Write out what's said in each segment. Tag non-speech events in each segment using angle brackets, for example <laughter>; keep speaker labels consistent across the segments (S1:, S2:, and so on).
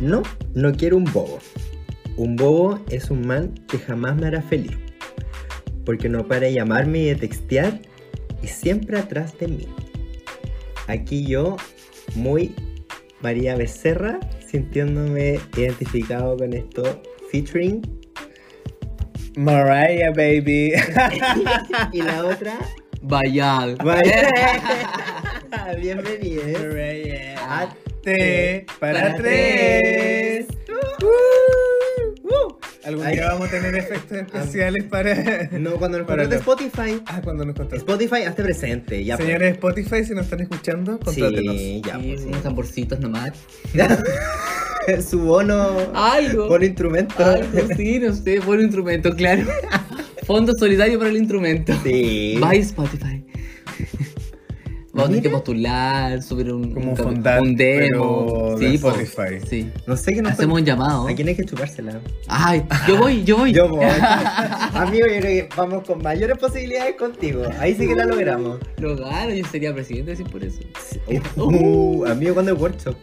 S1: No, no quiero un bobo. Un bobo es un man que jamás me hará feliz, porque no para de llamarme y de textear y siempre atrás de mí. Aquí yo, muy María Becerra, sintiéndome identificado con esto, featuring
S2: Mariah, baby.
S1: <laughs> y la
S2: <laughs>
S1: otra,
S3: Bayal.
S1: Vale. <laughs> Bienvenidos
S2: Mariah.
S1: a
S2: T para
S3: para
S2: tres.
S3: tres.
S2: Uh, uh. Algún
S1: Ay.
S2: día vamos a tener efectos especiales para.
S1: No, cuando nos
S2: Para
S1: contrate
S2: los-
S1: Spotify.
S2: <laughs> Ah, cuando nos contraten.
S1: Spotify, hazte presente. Ya, pues.
S2: Señores de Spotify, si nos están escuchando, contrátenos.
S1: Sí, ya,
S3: Sí,
S1: pues, sí.
S3: unos tamborcitos nomás.
S1: <laughs> Su bono
S3: Algo.
S1: por instrumento.
S3: Algo, sí, no sé, por
S1: <laughs>
S3: instrumento, claro. Fondo solidario para el instrumento.
S1: Sí.
S3: Bye Spotify. Vamos a tener que
S1: Mira.
S3: postular, subir un,
S2: Como
S3: un,
S2: fondar,
S3: un demo.
S2: pero de
S3: po.
S2: Spotify.
S3: Sí.
S1: No sé qué nos
S3: Hacemos un llamado.
S1: ¿A quién hay que chupársela?
S3: Ay, yo voy, yo voy.
S1: Yo voy.
S3: <laughs>
S1: Amigo, yo creo que vamos con mayores posibilidades contigo. Ahí sí que la logramos.
S3: Lo gano, yo sería presidente sin por eso.
S1: Uh, amigo, ¿cuándo es workshop?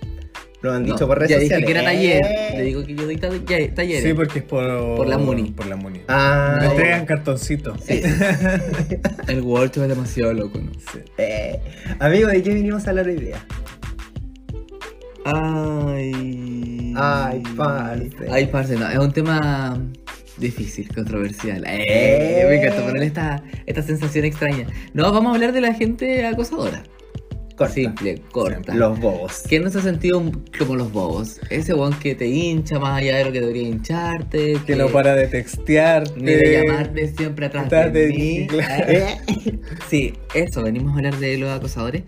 S1: Nos han dicho
S3: No,
S1: por redes
S3: ya
S1: sociales.
S3: dije que era taller.
S1: Eh.
S3: Le digo que yo doy ta- ya- talleres.
S2: Sí, porque es por,
S3: Por la Muni.
S2: Por la Muni.
S1: Ah,
S2: Nos
S3: No.
S2: entregan cartoncitos.
S3: Sí.
S1: pues.
S3: <laughs> El workshop es demasiado loco, ¿no?
S2: Sí.
S1: eh. Amigo, ¿de qué vinimos a hablar hoy día?
S3: Ay.
S1: Ay, parce.
S3: Ay, parce, no, es un tema difícil, controversial.
S1: Eh.
S3: Eh, me encanta ponerle esta, esta sensación extraña. No, vamos a hablar de la gente acosadora.
S1: Corta.
S3: Simple, corta.
S1: Los bobos.
S3: Que no se ha sentido como los bobos. Ese weón que te hincha más allá de lo que debería hincharte.
S2: Que no para de textear.
S3: Ni de llamarme siempre atrás
S2: Estás
S3: de
S2: de-
S3: mí.
S2: claro.
S1: Eh.
S3: Sí, eso, venimos a hablar de los acosadores.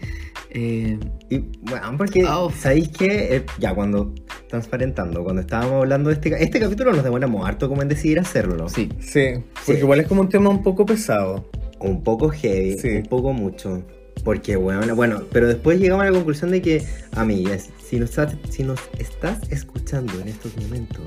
S3: Eh,
S1: <laughs> Y bueno, porque
S3: Oh.
S1: sabéis que ya cuando transparentando, cuando estábamos hablando de este ca- este capítulo nos demoramos harto como en decidir hacerlo.
S3: sí,
S2: Sí,
S1: Sí.
S2: porque igual es como un tema un poco pesado.
S1: Un poco heavy,
S2: Sí.
S1: un poco mucho. Porque bueno, bueno, pero después llegamos a la conclusión de que, amigas, si nos, estás- si nos estás escuchando en estos
S3: <laughs>
S1: momentos,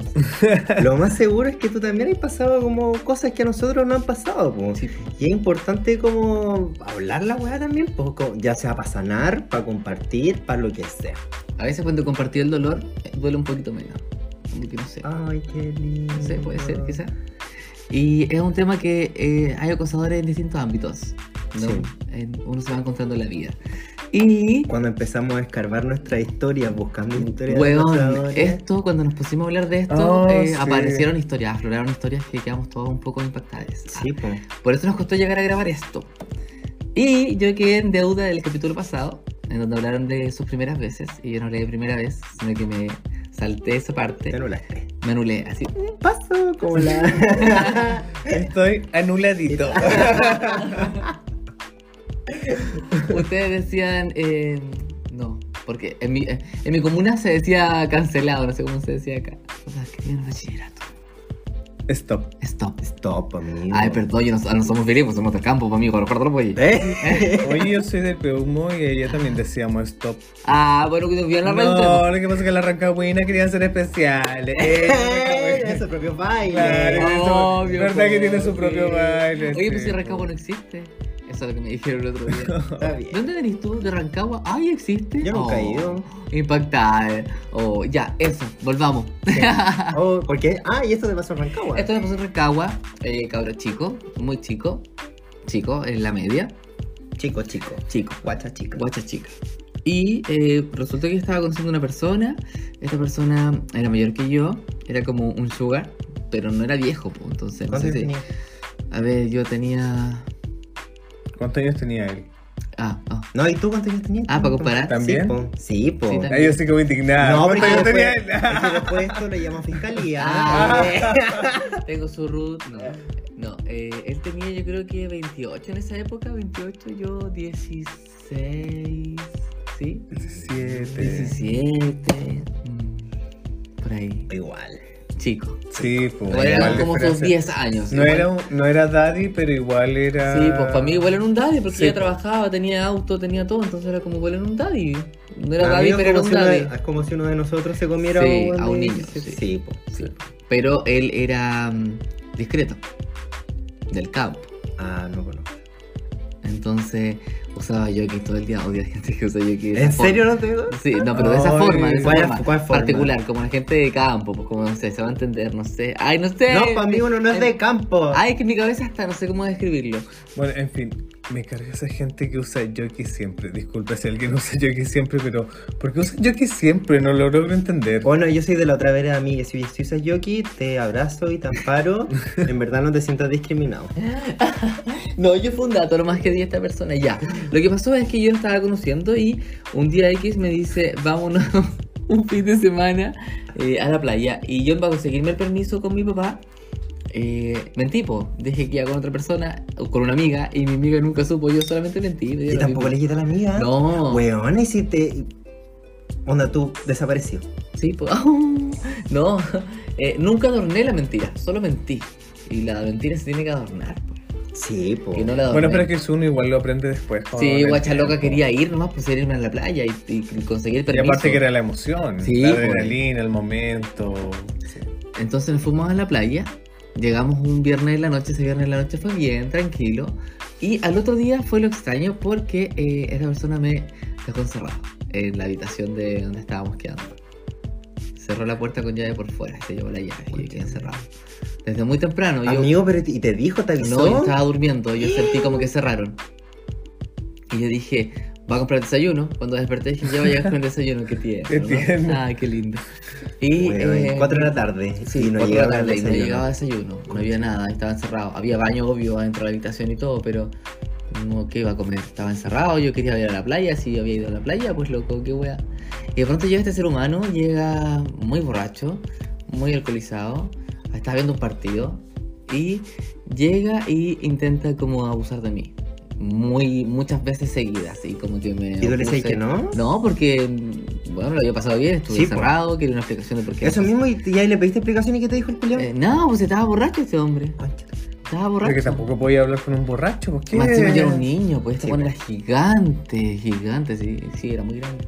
S1: lo más seguro es que tú también has pasado como cosas que a nosotros no han pasado. po.
S3: sí.
S1: Y es importante como hablar la weá también, po, co- ya sea para sanar, para compartir, para lo que sea.
S3: A veces cuando compartí el dolor, eh, duele un poquito menos. Como que no sé.
S1: Ay, qué lindo.
S3: No sé, puede ser, quizás. Y es un tema que eh, hay acosadores en distintos ámbitos. ¿no?
S1: Sí.
S3: En- uno se va encontrando en la vida. Y,
S1: Cuando empezamos a escarbar nuestra historia, buscando historias de
S3: weón, ¿eh?
S1: acosadores.
S3: esto, cuando nos pusimos a hablar de esto,
S2: Oh,
S3: eh,
S2: sí.
S3: aparecieron historias, afloraron historias que quedamos todos un poco impactados. Ah,
S1: Sí, po.
S3: Por eso nos costó llegar a grabar esto. Y yo quedé en deuda del capítulo pasado, en donde hablaron de sus primeras veces, y yo no hablé de primera vez, sino que me salté esa
S1: Te
S3: parte,
S1: anulaste.
S3: me anulé, así. <laughs>
S1: Paso como la.
S2: Estoy anuladito.
S3: Ustedes decían, eh, no, porque en mi, eh, en mi comuna se decía cancelado, no sé cómo se decía acá. O sea, que en bachillerato.
S2: Stop.
S3: Stop.
S1: Stop, amigo.
S3: Ay, perdón, yo no, ah, no somos bilingües, somos del campo, pues, amigo, recuerdo pues.
S1: <laughs> ¿Eh?
S2: Oye, yo soy de Peumo y ella también decíamos stop.
S3: Ah, bueno, que nos vio en la
S2: No, lo que pasa es que la Rancagüina quería ser
S3: <laughs>
S2: especial. Eh,
S1: Tiene su
S2: Rancagüina.
S1: propio baile.
S2: Claro, tiene su-
S3: Obvio,
S2: verdad que tiene su
S3: sí.
S2: propio baile.
S3: Oye, pues
S2: sí.
S3: si Rancagua no existe. Eso es lo que me dijeron el
S2: <laughs>
S3: otro día.
S1: Está bien.
S3: ¿Dónde venís tú? ¿De Rancagua? Ay, existe. Oh,
S1: Yo nunca he
S3: <laughs>
S1: ido.
S3: Impactada. Oh, ya, eso, volvamos.
S1: Oh, ¿Por qué? Ah, y esto te pasó en Rancagua.
S3: Esto me pasó en Rancagua, eh, cabro chico, muy chico, chico, en la media,
S1: Chico, chico.
S3: chico,
S1: Guacha, chico.
S3: guacha chica. Y eh, resultó que estaba conociendo una persona, esta persona era mayor que yo, era como un sugar, pero no era viejo, po, entonces, no
S1: ¿Cuántos
S3: sé si-
S1: tenía?
S3: a ver, yo tenía...
S2: ¿Cuántos años tenía él?
S3: Ah, ah.
S1: No, ¿y tú cuántos años tenías?
S3: Ah, ¿para comparar?
S2: ¿También?
S1: Sí, po. Sí, po.
S3: Sí, también.
S2: Ah, yo sí como indignada.
S1: No, porque
S2: ¿Cuántos años
S1: después,
S2: tenía él?
S1: porque después esto lo llama fiscalía.
S3: Ah, <laughs> Tengo su root, no. No, eh, él tenía yo creo que 28 en esa época, 28, yo 16, ¿sí? <laughs>
S1: Este,
S2: 17.
S3: 17. mm, Por ahí.
S1: Igual.
S3: Chico.
S2: Sí, pues.
S3: Igual eran
S2: igual
S3: como sus
S2: diferencia.
S3: 10 años.
S2: No
S3: igual.
S2: era, un- no era daddy, pero igual era.
S3: Sí, pues para mí igual era un daddy, porque
S2: Sí,
S3: ella
S2: po.
S3: trabajaba, tenía auto, tenía todo, entonces era como igual era un daddy. No era daddy,
S1: Amigo,
S3: pero era
S1: como
S3: un
S1: si uno de-
S3: daddy.
S1: Es como si uno de nosotros se comiera
S3: Sí,
S1: de-
S3: a un niño,
S1: Sí,
S3: sí.
S1: sí, po.
S3: Sí. Pero él era mm, discreto, del campo.
S1: Ah, no conozco.
S3: Entonces usaba yoki todo el día. Odio a la <laughs> gente que usa yoki. de
S1: ¿En
S3: esa forma.
S1: serio no te digo?
S3: Sí, no, pero de esa
S2: Ay,
S3: forma, de esa
S1: ¿cuál-
S3: forma,
S1: cuál forma?
S3: particular, como la gente de campo, pues como no sé, se va a entender, no sé. Ay, no sé.
S1: No, para mí uno no es de
S3: Eh,
S1: campo.
S3: Ay, es que en mi cabeza está, no sé cómo describirlo.
S2: Bueno, en fin, me carga esa gente que usa jockey siempre. Disculpa si alguien usa jockey siempre, pero ¿por qué usa jockey siempre? No lo logro entender.
S1: Bueno, yo soy de la otra vereda, amiga. Si, si usas yoki, te abrazo y te <laughs> amparo. en verdad no te sientas discriminado.
S3: No, yo fue un dato, lo más que di a esta persona, ya. Lo que pasó es que yo estaba conociendo y un día X me dice, vámonos <laughs> un fin de semana eh, a la playa. Y yo para conseguirme el permiso con mi papá, eh, mentí, po. Dije que iba con otra persona, o con una amiga, y mi amiga nunca supo, yo solamente mentí. me dio
S1: Y
S3: lo
S1: tampoco le
S3: mismo.
S1: quita la amiga.
S3: No.
S1: Weón, y si te. Onda, tú desapareció.
S3: Sí, pues. <laughs> no, eh, nunca adorné la mentira, solo mentí. Y la mentira se tiene que adornar.
S1: Sí, po.
S3: Que no la adorné.
S2: Bueno, pero es que eso uno igual lo aprende después. con
S3: Sí,
S2: el
S3: guacha loca
S2: tiempo.
S3: quería ir nomás por ser irme a la playa y, y conseguir el
S2: Y
S3: permiso.
S2: aparte que era la emoción,
S3: Sí,
S2: la
S3: pues.
S2: adrenalina, el momento. Sí.
S3: Entonces nos fuimos a la playa, llegamos un viernes en la noche, ese viernes en la noche fue bien, tranquilo. Y al otro día fue lo extraño porque eh, esta persona me dejó encerrado en la habitación de donde estábamos quedando. Cerró la puerta con llave por fuera, se llevó la llave y yo quedé encerrado. Desde muy temprano yo...
S1: Amigo, pero te- y te dijo, te avisó.
S3: No, yo estaba durmiendo, yo sentí como que cerraron. Y yo dije, va a comprar desayuno. Cuando desperté dije, ya voy a llegar con el desayuno, qué tierno.
S2: Qué
S3: ¿no?
S2: tierno.
S3: Ah, qué lindo. Y,
S1: Weón,
S3: eh,
S1: cuatro de la tarde.
S3: Sí,
S1: y no
S3: cuatro de la
S1: llegaba
S3: tarde,
S1: el
S3: y no
S1: desayuno.
S3: llegaba desayuno, no había nada, estaba encerrado. Había baño, obvio, dentro de la habitación y todo, pero no, ¿qué iba a comer? Estaba encerrado, yo quería ir a la playa, si había ido a la playa, pues loco, qué wea. Y de pronto llega este ser humano, llega muy borracho, muy alcoholizado, está viendo un partido y llega y intenta como abusar de mí. Muy, muchas veces seguidas y como que me...
S1: ¿Y tú le decías
S3: opuse.
S1: que no?
S3: No, porque, mm, bueno, lo había pasado bien, estuve
S1: Sí, po.
S3: encerrado, quería una explicación de por qué...
S1: Eso
S3: me-
S1: mismo, y y ahí le pediste explicaciones y qué te dijo el culiao.
S3: eh, no, pues estaba borracho este hombre.
S1: Concha.
S3: Estaba
S2: Porque
S3: borracho.
S2: tampoco podía hablar con un borracho, ¿por qué?
S3: Más encima yo era un niño, pues esta
S1: Sí,
S3: mano era gigante, gigante, sí, sí, era muy grande.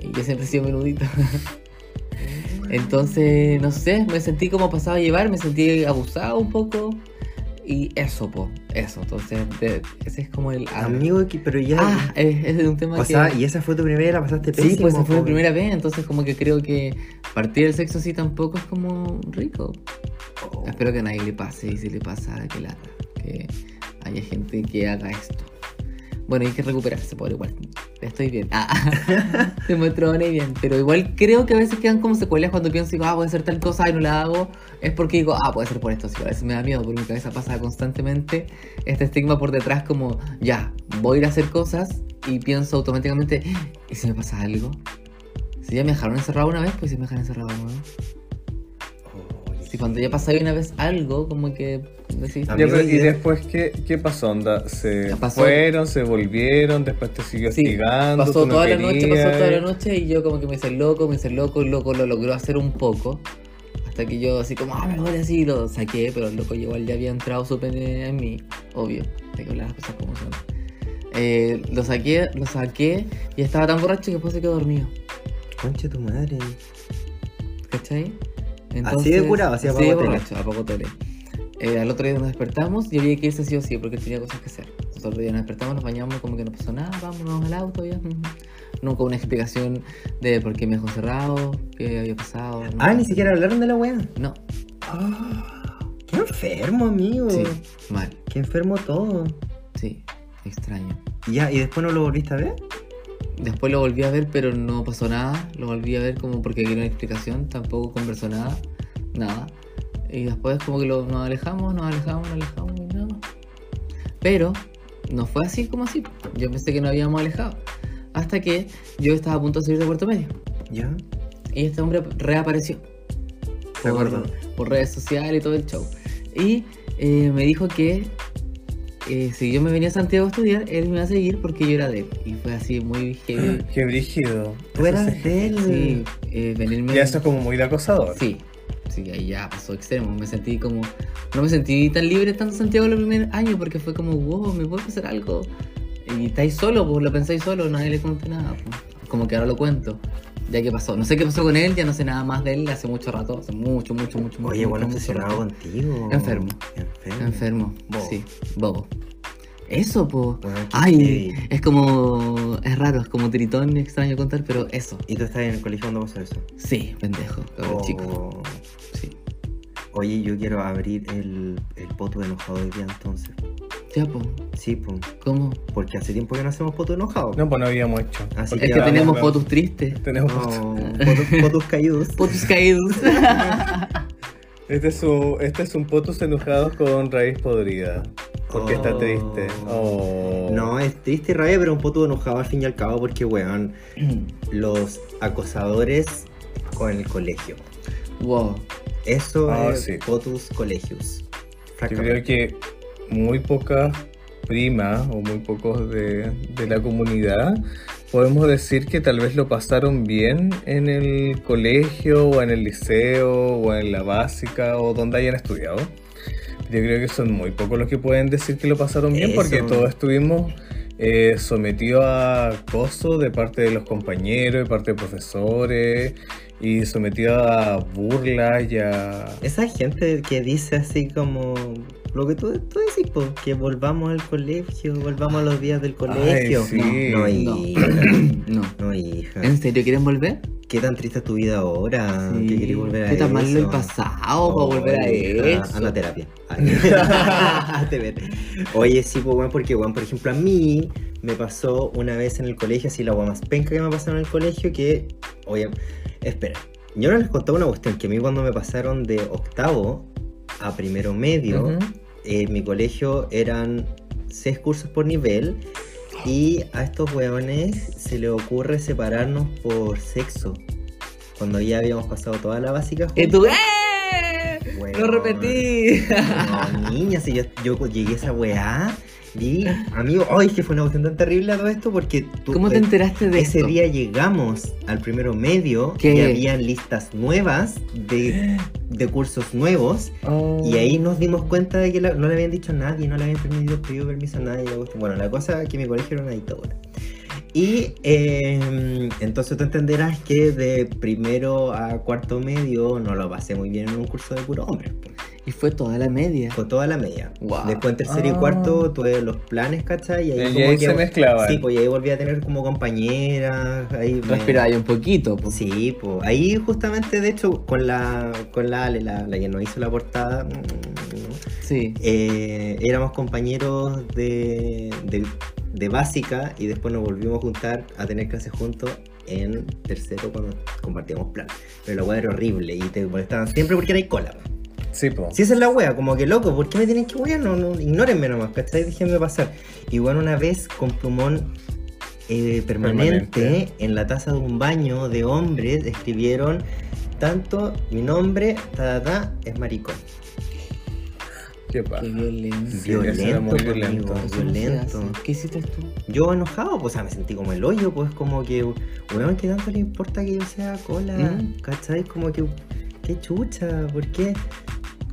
S3: Y yo siempre he sido menudito. <laughs> Entonces, no sé, me sentí como pasaba a llevar, me sentí abusado un poco. Y eso, po, eso. Entonces, de- ese es como el.
S1: Amigo, que- pero ya.
S3: Ah, es, es de un tema
S1: o
S3: que.
S1: sea, y esa fue tu primera y la pasaste pésimo.
S3: Sí, pues esa fue mi
S1: po.
S3: primera vez, entonces como que creo que partir del sexo así tampoco es como rico.
S1: Oh.
S3: Espero que a nadie le pase y si le pasa, que lata. Que haya gente que haga esto. Bueno, hay que recuperarse, por igual. Estoy bien. Ah, <laughs> se me troné bien. Pero igual creo que a veces quedan como secuelas cuando pienso, digo, ah, voy a hacer tal cosa y no la hago. Es porque digo, ah, puede ser por esto. Así que a veces me da miedo porque mi cabeza pasa constantemente este estigma por detrás, como, ya, voy a ir a hacer cosas y pienso automáticamente, ¿y si me pasa algo? Si ya me dejaron encerrado una vez, pues si me dejan encerrado una vez. Si cuando ya pasáis una vez algo, como que decís,
S1: A
S2: Ya,
S1: mí-
S2: pero, y después, ¿qué, ¿qué pasó, onda? ¿Se
S3: Pasó-
S2: fueron, se volvieron, después te siguió
S3: Sí,
S2: hostigando?
S3: pasó
S2: tú no
S3: toda la noche, pasó
S2: querías?
S3: toda la noche y yo como que me hice loco, me hice loco, el loco lo logró hacer un poco. Hasta que yo así como, ah, me voy así, lo saqué, pero el loco igual ya había entrado su pene en mí, obvio, hay que hablar las cosas como son. Eh, lo saqué, lo saqué y estaba tan borracho que después se quedó dormido,
S1: Concha tu madre.
S3: ¿cachai?
S1: Así de curado, así a
S3: de
S1: poco tele.
S3: borracho, a poco tele. Eh, al otro día nos despertamos y había que irse sí o sí porque tenía cosas que hacer. Entonces, Al otro día nos despertamos, nos bañamos, como que no pasó nada, vámonos al auto ya. <laughs> ujú. Nunca una explicación de por qué me dejó cerrado, qué había pasado. no.
S1: Ah, ni siquiera hablaron de la wea.
S3: No,
S1: Ah, qué enfermo, amigo.
S3: sí, mal,
S1: Qué enfermo todo.
S3: sí, extraño.
S1: Y Ya, y después no lo volviste a ver.
S3: Después lo volví a ver, pero no pasó nada. Lo volví a ver como porque quería una explicación, tampoco conversó nada, nada. Y después como que lo- nos alejamos, nos alejamos, nos alejamos y nada más. Pero no fue así como así. Yo pensé que nos habíamos alejado. Hasta que yo estaba a punto de salir de Puerto Medio.
S1: Ya.
S3: Y este hombre reapareció.
S1: De acuerdo.
S3: Por, por redes sociales y todo el show. Y eh, me dijo que eh, si yo me venía a Santiago a estudiar, él me iba a seguir porque yo era de él. Y fue así muy heavy.
S2: Qué brígido.
S1: Tú eras
S2: Eso sí.
S1: de él.
S3: Sí, eh, venirme.
S2: Ya eso es como muy de acosador.
S3: Sí, sí, ahí ya pasó extremo. Me sentí como. No me sentí tan libre estando en Santiago los primeros años porque fue como, wow, me puedo hacer algo. Y estáis solo, pues lo pensáis solo, nadie le conté nada. pues. Como que ahora lo cuento. Ya que pasó. No sé qué pasó con él, ya no sé nada más de él hace mucho rato, hace mucho, mucho, mucho, mucho.
S1: Oye, bueno,
S3: mucho, mucho
S1: obsesionado
S3: rato.
S1: contigo.
S3: Enfermo.
S1: Enfermo.
S3: Enfermo,
S1: Bobo.
S3: sí, bobo. Eso, po.
S1: Weón, qué
S3: Ay,
S1: heavy.
S3: es como. Es raro, es como tritón, me extraño contar, pero eso.
S1: ¿Y tú estás en el colegio cuando pasó eso?
S3: Sí, pendejo, cabrón
S1: Oh.
S3: chico. Sí.
S1: Oye, yo quiero abrir el, el poto enojado hoy día entonces.
S3: Ya, po.
S1: Sí, pues.
S3: ¿Cómo?
S1: Porque hace tiempo que no hacemos poto enojado.
S2: No, pues no habíamos hecho.
S1: Así
S2: Porque
S3: Ah, Es que
S1: Ya,
S2: ahora
S3: tenemos
S2: hablamos-
S3: fotos tristes.
S2: Tenemos fotos.
S1: No, potos, potos caídos.
S3: Fotos caídos.
S1: <laughs>
S2: Este es, un, este es un potus enojado con raíz podrida. Porque
S1: Oh.
S2: está triste. Oh.
S1: No, es triste y rabia, pero un poto enojado al fin y al cabo porque, weón, los acosadores con el colegio.
S3: wow. <clears throat>
S1: Eso
S2: Ah,
S1: es
S2: sí.
S1: potus colegios.
S2: Yo
S1: Francamente.
S2: creo que muy pocas primas o muy pocos de, de la comunidad podemos decir que tal vez lo pasaron bien en el colegio o en el liceo o en la básica o donde hayan estudiado. Yo creo que son muy pocos los que pueden decir que lo pasaron bien porque
S1: Eso.
S2: todos estuvimos eh, sometidos a acoso de parte de los compañeros, de parte de profesores y sometidos a burlas y a...
S1: Esa gente que dice así como lo que tú, tú decís, po, que volvamos al colegio, volvamos a los días del colegio.
S2: sí.
S1: No, no,
S3: No.
S1: hija.
S3: no.
S1: No, hija.
S3: ¿En serio quieren volver?
S1: ¿Qué tan triste es tu vida ahora? Ah, ¿Qué
S3: Sí.
S1: querés volver a
S3: Puta,
S1: eso?
S3: malo el pasado
S1: Oh, Ah,
S3: para volver a
S1: hija,
S3: eso.
S1: Anda a terapia.
S3: <laughs>
S1: Ay, te ver. Oye, sí, pues, weón, porque, weón, por ejemplo, a mí me pasó una vez en el colegio, así la weón más penca que me pasaron en el colegio, que, oye, espera, yo no les contaba una cuestión, que a mí cuando me pasaron de octavo a primero medio,
S2: Ujú.
S1: en mi colegio eran seis cursos por nivel y a estos hueones se les ocurre separarnos por sexo. Cuando ya habíamos pasado toda la básica.
S3: Y
S1: juntos.
S3: tú, ¡eh!
S1: Weón.
S3: ¡Lo repetí!
S1: No, niña, si yo, yo llegué a esa weá. Y, amigo, ay, es que fue una cuestión tan terrible a todo esto porque tú-
S3: ¿Cómo te
S1: eh,
S3: enteraste de
S1: ese
S3: esto?
S1: día llegamos al primero medio
S3: ¿Qué?
S1: y habían listas nuevas de, de cursos nuevos
S3: Oh.
S1: y ahí nos dimos cuenta de que la- no le habían dicho a nadie, no le habían pedido, pedido permiso a nadie. la cuestión. Bueno, la cosa es que mi colegio era una dictadura. Y eh, entonces tú entenderás que de primero a cuarto medio no lo pasé muy bien en un curso de puro hombre,
S3: Y fue toda la media.
S1: con toda la media.
S3: Wow.
S1: Después en tercero y
S2: Ah.
S1: cuarto tuve los planes, ¿cachai? Y ahí,
S2: Y
S1: como
S2: ahí
S1: que-
S2: se mezclaban.
S1: Sí, pues y ahí volví a tener como compañeras. Ahí me-
S3: Respiraba yo un poquito, po.
S1: Sí, pues ahí justamente, de hecho, con la, con la Ale, la, la que nos hizo la portada, mm,
S3: Sí.
S1: eh, éramos compañeros de, de- de básica y después nos volvimos a juntar a tener clases juntos en tercero cuando compartíamos plan. Pero la weá era horrible y te molestaban siempre porque era cola.
S2: Sí, po.
S1: Si esa es la wea, como que loco, ¿por qué me tienen que wear? No, no, ignórenme nomás, ¿cachai? Déjenme pasar. Igual una vez con plumón eh, permanente,
S2: Permanente.
S1: en la taza de un baño de hombres escribieron tanto mi nombre, ta, ta, ta, es maricón.
S2: Qué paja.
S3: Qué violencia.
S2: Sí, eso era
S1: Violento,
S2: muy
S1: pues,
S2: violento.
S1: amigo,
S3: Eso no se
S1: violento.
S3: hace. ¿Qué hiciste tú?
S1: Yo enojado, pues, o sea, me sentí como el hoyo, pues como que, weón, ¿qué tanto le importa que yo sea cola?
S3: Mm.
S1: ¿Cachai? Como que, qué chucha, ¿por qué?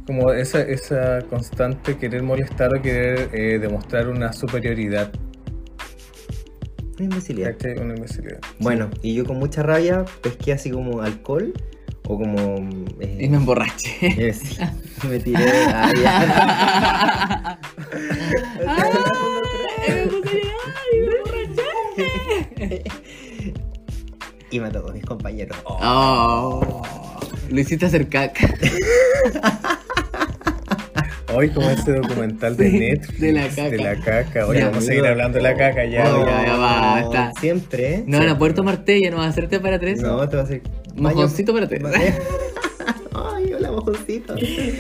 S2: Como esa, esa constante querer molestar o querer eh, demostrar una superioridad.
S1: Una imbecilidad.
S2: ¿cachai? Una imbecilidad.
S1: Bueno, y yo con mucha rabia pesqué así como alcohol o como. eh,
S3: Y
S1: <laughs>
S3: me emborraché. <laughs>
S1: eh, sí, me tiré. Ah, ya. y mató a todos mis compañeros.
S3: Oh, lo hiciste hacer caca.
S2: Hoy
S3: <laughs>
S2: como ese documental de
S3: Sí,
S2: Netflix.
S3: de la caca.
S2: De la caca. Oye,
S3: Ya,
S2: vamos a seguir hablando de la caca ya.
S3: No,
S1: Oh,
S3: ya, ya basta.
S1: Siempre. ¿eh?
S3: No, en Puerto Marte ya no vas a hacerte para tres.
S1: No, te va a hacer.
S3: Mojoncito para
S2: <laughs>
S3: tres.
S1: Baño- Ay, hola, mojoncito.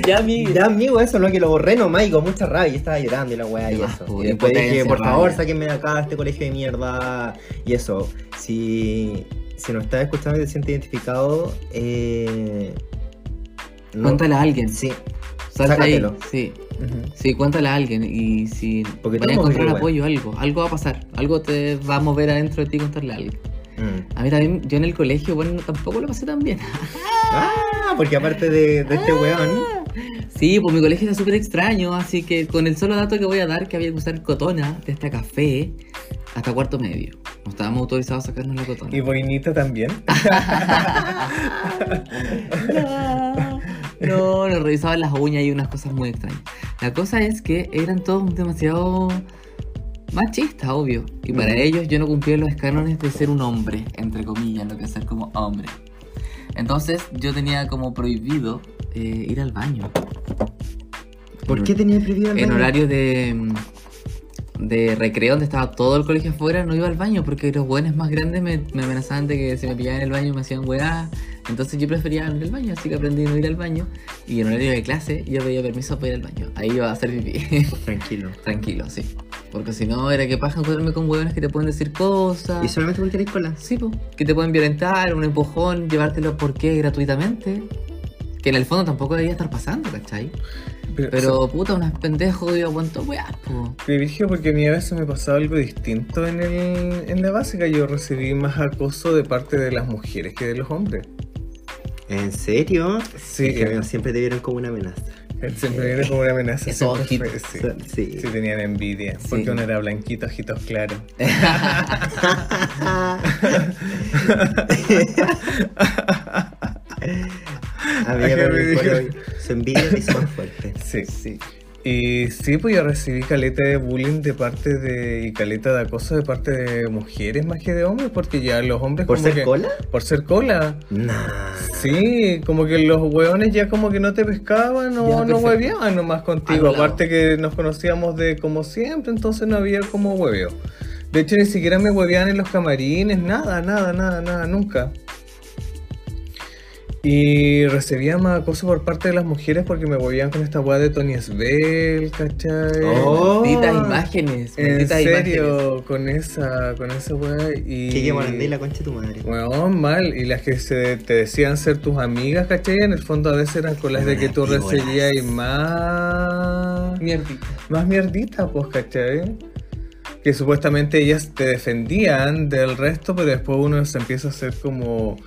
S3: Ya, mi.
S1: Ya, amigo, eso lo que lo borré nomás y con mucha rabia. Estaba llorando y la weá y
S3: Ya,
S1: eso.
S3: po,
S1: Y después dije,
S3: impotencia,
S1: por favor,
S3: rabia.
S1: sáquenme de acá, este colegio de mierda. Y eso. Si, si nos estás escuchando y te sientes identificado, eh. no-
S3: Cuéntale a alguien.
S1: Sí,
S3: Salte ahí.
S1: sácatelo.
S3: Sí.
S2: Ujú.
S3: Sí, cuéntale a alguien y si
S1: Porque
S3: van a
S1: todos
S3: encontrar
S1: igual.
S3: apoyo, algo, algo va a pasar, algo te va a mover adentro de ti contarle a alguien.
S1: Mm.
S3: A mí también, yo en el colegio, bueno, tampoco lo pasé tan bien. <laughs>
S1: Ah, porque aparte de, de este weón.
S3: Sí, pues mi colegio era súper extraño, así que con el solo dato que voy a dar, que había que usar cotona de esta café hasta cuarto medio. No estábamos autorizados a sacarnos la cotona.
S2: Y Boinita también.
S3: No, nos revisaban las uñas y unas cosas muy extrañas. La cosa es que eran todos demasiado machista, obvio. Y para
S2: Ujú.
S3: ellos yo no cumplía los cánones de ser un hombre, entre comillas, lo que es ser como hombre. Entonces yo tenía como prohibido eh, ir al baño.
S1: ¿Por qué tenía prohibido el
S3: En
S1: baño?
S3: horario de, mm, de recreo donde estaba todo el colegio afuera, no iba al baño porque los buenos más grandes me, me amenazaban de que si me pillaban en el baño me hacían weá. Entonces yo prefería no ir al baño, así que aprendí a no ir al baño. Y en horario de clase yo pedía permiso para ir al baño. Ahí iba a hacer pipí. <laughs>
S1: Tranquilo.
S3: Tranquilo, sí. Porque si no, era que paja encontrarme con huevones que te pueden decir cosas.
S1: ¿Y solamente porque eres cola?
S3: Sí, po. Que te pueden violentar, un empujón, llevártelo por qué gratuitamente. Que en el fondo tampoco debería estar pasando, ¿cachai? Pero puta, unas pendejos, yo aguanto weas, po.
S2: Me dirijo porque a mí a veces me pasaba algo distinto en, el, en la básica. Yo recibí más acoso de parte de las mujeres que de los hombres.
S1: ¿En serio?
S2: Sí,
S1: Es que, bueno, siempre te vieron como una amenaza.
S2: siempre era como una amenaza.
S3: Esos
S2: siempre
S3: ojitos.
S2: fue- sí,
S1: Sí.
S2: sí tenían envidia.
S3: Sí.
S2: Porque uno era blanquito, ojitos claros.
S1: <laughs> A mí me
S2: Ay, me
S1: preocupó
S2: dijo.
S1: hoy. su envidia es más fuerte.
S2: Sí.
S3: Sí.
S2: Y sí, pues yo recibí caleta de bullying de parte de. y caleta de acoso de parte de mujeres más que de hombres, porque ya los hombres.
S1: ¿Por
S2: como
S1: ser
S2: que-
S1: cola?
S2: Por ser cola.
S1: Nah.
S2: Sí, como que los hueones ya como que no te pescaban
S3: Ya,
S2: o no
S3: perfecto.
S2: hueveaban nomás contigo.
S3: Anulado.
S2: Aparte que nos conocíamos de como siempre, entonces no había como hueveo. De hecho, ni siquiera me hueveaban en los camarines, nada, nada, nada, nada, nunca. Y recibía más acoso por parte de las mujeres porque me hueveaban con esta hueá de Tony Svel, ¿cachai?
S3: <laughs>
S1: Oh.
S3: Malditas imágenes,
S2: en
S3: malditas imágenes.
S2: serio, con esa, con esa hueá y...
S1: Que yo mordí la concha de tu madre.
S2: Weón, mal. Y las que se te decían ser tus amigas, ¿cachai? En el fondo a veces eran con las de que tú
S1: Buenas víboras.
S2: recibías y más.
S3: Mierdita.
S2: Más mierdita, pues, ¿cachai? Que supuestamente ellas te defendían del resto, pero después uno se empieza a hacer como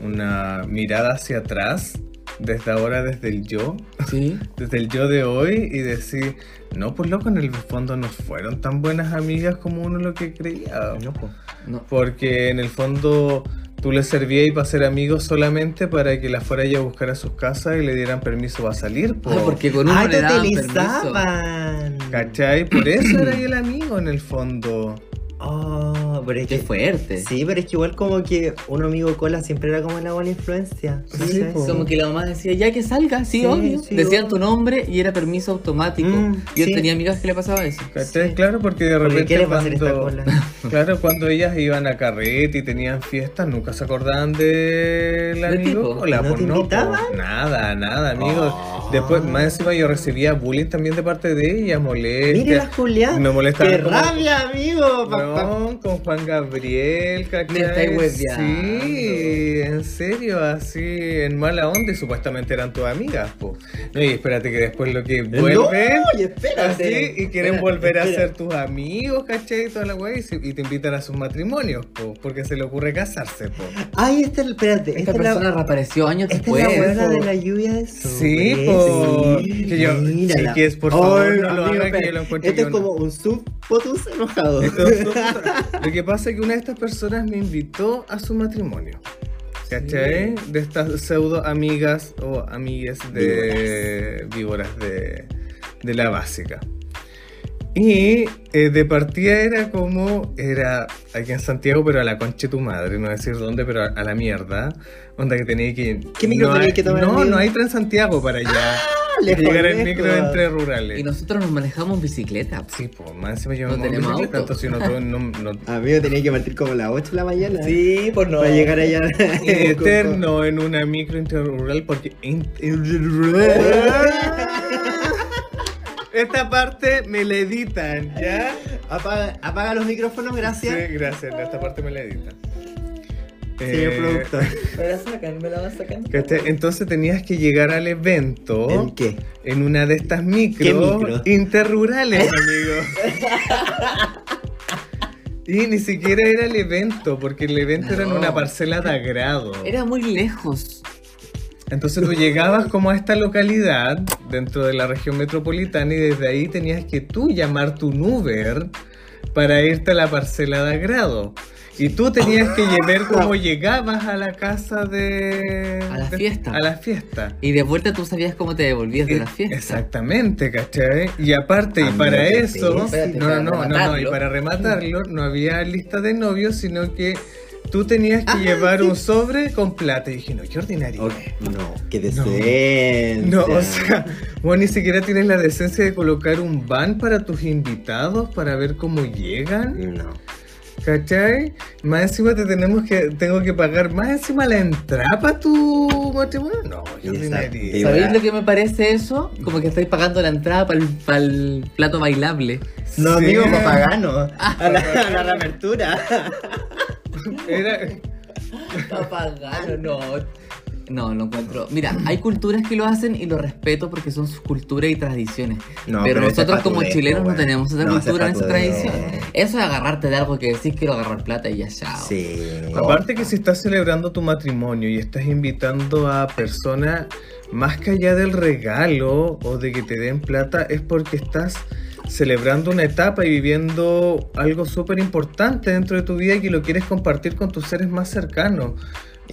S2: una mirada hacia atrás, desde ahora, desde el yo,
S3: Sí.
S2: desde el yo de hoy, y decir, no, pues loco, en el fondo no fueron tan buenas amigas como uno lo que creía.
S1: No, po.
S3: No.
S2: Porque en el fondo tú le servías para ser amigos solamente para que la fuera ella a buscar a sus casas y le dieran permiso para salir. po.
S1: Ah,
S3: Ay, <laughs> porque con uno
S1: Oh. ¡Ay,
S3: le
S1: te
S3: daban permiso.
S1: utilizaban!
S2: ¿Cachai?
S1: <clears throat>
S2: Por eso era el amigo en el fondo.
S1: Oh, pero es
S3: Qué
S1: que
S3: fuerte.
S1: Sí, pero es que igual como que un amigo cola siempre era como la buena influencia.
S2: Sí,
S1: ¿sabes?
S2: po.
S3: Como que la mamá decía, ya que salga, sí,
S1: Sí,
S3: obvio.
S1: sí,
S3: Decían
S1: obvio.
S3: tu nombre y era permiso automático.
S1: Mm,
S3: Yo
S1: sí.
S3: tenía amigas que le pasaba eso.
S2: ¿Cachai?
S1: Sí.
S2: Claro, porque de
S1: Porque
S2: repente
S1: quiere pasar esta
S2: cuando,
S1: cola.
S2: <laughs> claro, cuando ellas iban a carrete y tenían fiestas, nunca se acordaban del
S3: Del
S2: amigo.
S3: tipo.
S2: Hola,
S1: ¿No
S2: pues
S1: te
S2: no,
S1: invitaban?
S2: pues, nada, nada, amigos.
S1: Oh.
S2: Después, más encima yo recibía bullying también de parte de ellas, molestia.
S1: Mire las Julián.
S2: Me molestaba
S1: ¡Qué
S2: como-
S1: rabia, amigo! Pa- pa-
S2: Weón, con Juan Gabriel, ¿cachai?
S3: Me estáis hueveando.
S2: Sí, en serio, así, en mala onda, y supuestamente eran tus amigas, po. No, y espérate que después lo que vuelven,
S1: ¡No! Y espérate.
S2: así, y quieren
S1: Espérate,
S2: volver a
S1: espérate.
S2: ser tus amigos, ¿cachai? Y toda la wea, y, se- y te invitan a sus matrimonios, po, porque se le ocurre casarse, po.
S1: Ay, esta, espérate.
S3: Esta
S1: Esta, es
S3: persona
S1: la,
S3: reapareció años
S1: esta
S3: después.
S1: es la buena
S2: po.
S1: de la lluvia de
S2: Sí,
S1: sobre.
S2: po.
S1: Sí.
S2: Que yo-
S1: Mírala.
S2: chiquis, por favor,
S1: Ay,
S2: no lo
S1: amigo,
S2: hagan, que yo
S1: espera.
S2: lo encuentro
S1: Este
S2: yo
S1: es
S2: no.
S1: como un sub-potus enojado. <laughs>
S2: Entonces, lo que pasa es que una de estas personas me invitó a su matrimonio. ¿Cachai? De estas pseudo amigas o amigues de víboras de, de la básica. Y eh, de partida era como, era aquí en Santiago, pero a la concha de tu madre, no decir dónde, pero a, a la mierda. Onda que tenía que...
S1: ¿Qué micro
S2: no
S1: tenía
S2: hay-
S1: que tomar,
S2: No,
S1: amigo?
S2: no hay Transantiago para allá.
S1: <laughs> lejos,
S2: llegar el
S1: lejos.
S2: micro entre rurales.
S3: Y nosotros nos manejamos en bicicleta. po.
S2: Sí, pues, más encima yo
S3: No
S2: me muevo en
S3: tenemos
S2: bicicleta,
S3: auto.
S2: entonces yo no- no- no,
S1: Amigo, tenía que partir como a las 8 de la mañana. Sí, pues no. Para llegar allá. <laughs>
S2: eterno en una micro interrural porque esta parte me la editan ya
S1: Apaga, apaga los micrófonos,
S2: Sí,
S1: gracias.
S2: gracias esta parte me la editan
S1: Señor
S2: Eh,
S1: productor.
S3: Me la sacan, me la van sacando.
S2: ¿cachai? entonces tenías que llegar al evento
S1: ¿El qué?
S2: en una de estas
S1: ¿Qué
S2: micros
S1: micro? <laughs>
S2: interrurales, amigo. y ni siquiera era el evento, porque el evento era en
S3: No.
S2: una parcela de agrado.
S3: Era muy lejos.
S2: Entonces tú llegabas como a esta localidad dentro de la región metropolitana y desde ahí tenías que tú llamar tu Uber para irte a la parcela de agrado. Y tú tenías que llevar cómo
S3: <laughs>
S2: llegabas a la casa de...
S3: A la
S2: de-
S3: fiesta.
S2: A la fiesta. Eh,
S3: Y de vuelta tú sabías cómo te devolvías de la fiesta. Ah,
S2: Exactamente, ¿cachai? Y aparte, y
S1: Amigo,
S2: para
S1: qué
S2: eso,
S3: espérate,
S2: no,
S3: para
S2: no, no, no, no, y
S3: rematarlo.
S2: para rematarlo, no había lista de novios, sino que tú tenías
S3: Ah,
S2: que llevar un sobre con plata. Y dije, no, qué ordinario.
S1: Ok, No, qué decencia.
S2: No, o sea, vos ni siquiera tienes la decencia de colocar un van para tus invitados para ver cómo llegan,
S1: No.
S2: ¿cachai? Más encima te tenemos que, tengo que pagar más encima la entrada para tu matrimonio. No, qué
S1: Y esa
S2: ordinario.
S1: piba-
S3: ¿Sabéis lo que me parece eso? Como que estáis pagando la entrada para el, plato bailable.
S1: No, amigo,
S2: Sí.
S1: papagano.
S2: <laughs>
S1: A la, a la reapertura.
S2: Era-
S3: Papagano, no. No, lo encuentro. Mira, hay culturas que lo hacen y lo respeto porque son sus culturas y tradiciones.
S1: No,
S3: pero,
S1: pero ese
S3: nosotros como
S1: patudeo,
S3: chilenos no
S1: weón.
S3: tenemos esa
S1: No, ese
S3: cultura ni esa
S1: patudeo,
S3: tradición.
S1: weón.
S3: Eso es agarrarte de algo que decís quiero agarrar plata y ya chao.
S1: Sí.
S2: Aparte que si estás celebrando tu matrimonio y estás invitando a personas más que allá del regalo o de que te den plata, es porque estás celebrando una etapa y viviendo algo súper importante dentro de tu vida y que lo quieres compartir con tus seres más cercanos.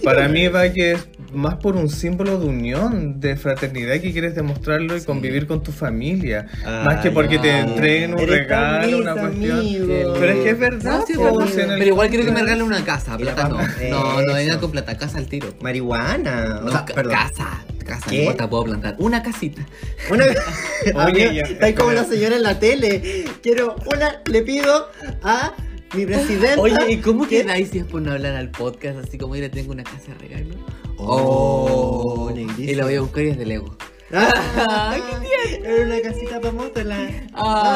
S2: Para mí va que es más por un símbolo de unión, de fraternidad que quieres demostrarlo y
S3: Sí.
S2: convivir con tu familia.
S1: Ay,
S2: más que porque te
S1: ay.
S2: entreguen un
S1: Eres tan
S2: regalo, una
S1: liso,
S2: cuestión.
S1: amigo.
S2: Pero es que es verdad,
S3: No, pues. sí,
S2: po,
S3: pero,
S2: si en el-
S3: pero igual quiero que me regalen una casa,
S1: Y la
S3: plata no.
S1: papa.
S3: No, no venga
S1: Eso.
S3: con plata, casa al tiro.
S1: Marihuana.
S3: No,
S1: o sea,
S3: ca-
S1: perdón.
S3: casa, casa,
S1: ¿Qué?
S3: no importa, puedo plantar una casita.
S1: Una <laughs>
S2: Oye,
S1: Oye,
S2: ya.
S1: estáis como la señora en la tele. Quiero una, le pido a mi presidenta.
S3: Oye, ¿y cómo
S1: ¿Qué?
S3: quedáis si es por no hablar al podcast? Así como, mira, tengo una casa de regalo.
S1: Oh, negrísimo.
S3: y la voy a buscar y es de Lego.
S1: <laughs> Ah,
S3: Ay,
S1: Era una casita para mótola.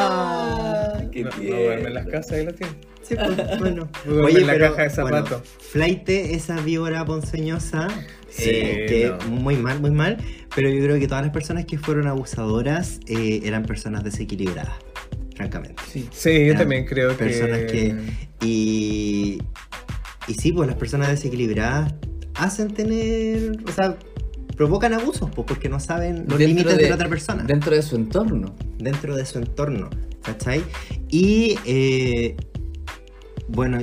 S3: Ah, qué
S2: No, no
S3: tierno.
S2: duerme en las casas y la tiene.
S1: Sí, pues, bueno.
S2: Duerme en la caja de zapatos.
S1: bueno, Flaite, esa víbora ponceñosa,
S2: Sí,
S1: eh, que
S2: no.
S1: muy mal, muy mal. Pero yo creo que todas las personas que fueron abusadoras eh, eran personas desequilibradas, francamente.
S3: Sí.
S2: Sí, yo
S1: Eran
S2: también creo que.
S1: personas que- Y, y sí, pues las personas desequilibradas hacen tener, o sea, provocan abusos, pues porque no saben los
S3: Dentro
S1: límites de,
S3: de-
S1: la otra persona
S3: Dentro de su entorno.
S1: dentro de su entorno, ¿cachai? Y eh, bueno,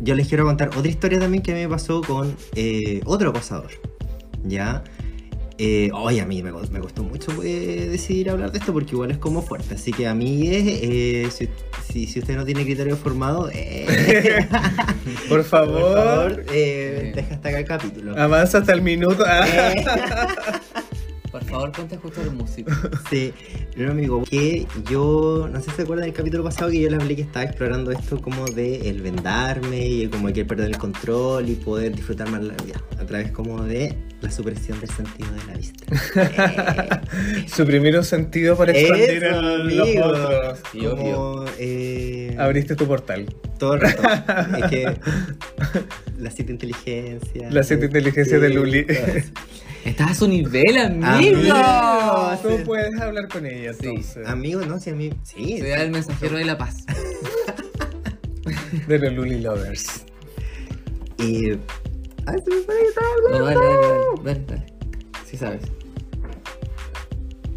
S1: yo les quiero contar otra historia también que me pasó con eh, otro acosador, ¿ya? Eh, Oye, a mí me, co- me costó mucho eh, decidir hablar de esto porque igual es como fuerte, así que a mí eh, si, si, si usted no tiene criterio formado, <laughs> eh,
S2: Por
S1: por
S2: favor,
S1: favor, eh, deja hasta acá el capítulo.
S2: avanza hasta el minuto. Ah,
S1: Eh.
S3: Por favor, ponte a escuchar música.
S1: Sí, pero amigo, que yo, no sé si se acuerdan del capítulo pasado que yo les hablé que estaba explorando esto como de el vendarme y el como el que perder el control y poder disfrutar más la vida a través como de la supresión del sentido de la vista.
S2: <laughs> suprimir un sentido para
S1: Eh. Eso,
S2: expandir el- los
S1: amigo.
S2: otros.
S3: <laughs> Sí, obvio.
S1: como, eh,
S2: Abriste tu portal.
S1: todo el rato. es que
S2: <laughs>
S1: la siete inteligencia. eh,
S2: La siete inteligencia de Luli.
S1: todo eso.
S3: Estás a su nivel, amigo.
S1: Amigo.
S2: Tú
S1: sí.
S2: puedes hablar con ella,
S3: Sí.
S2: entonces.
S1: Amigo, no, sí, a mí, sí.
S3: Soy el mensajero de la <laughs> paz.
S2: De los Luli Lovers.
S1: Y... Ay, se me fue la guitarra.
S3: No, dale, dale, dale, dale, dale. Sí sabes.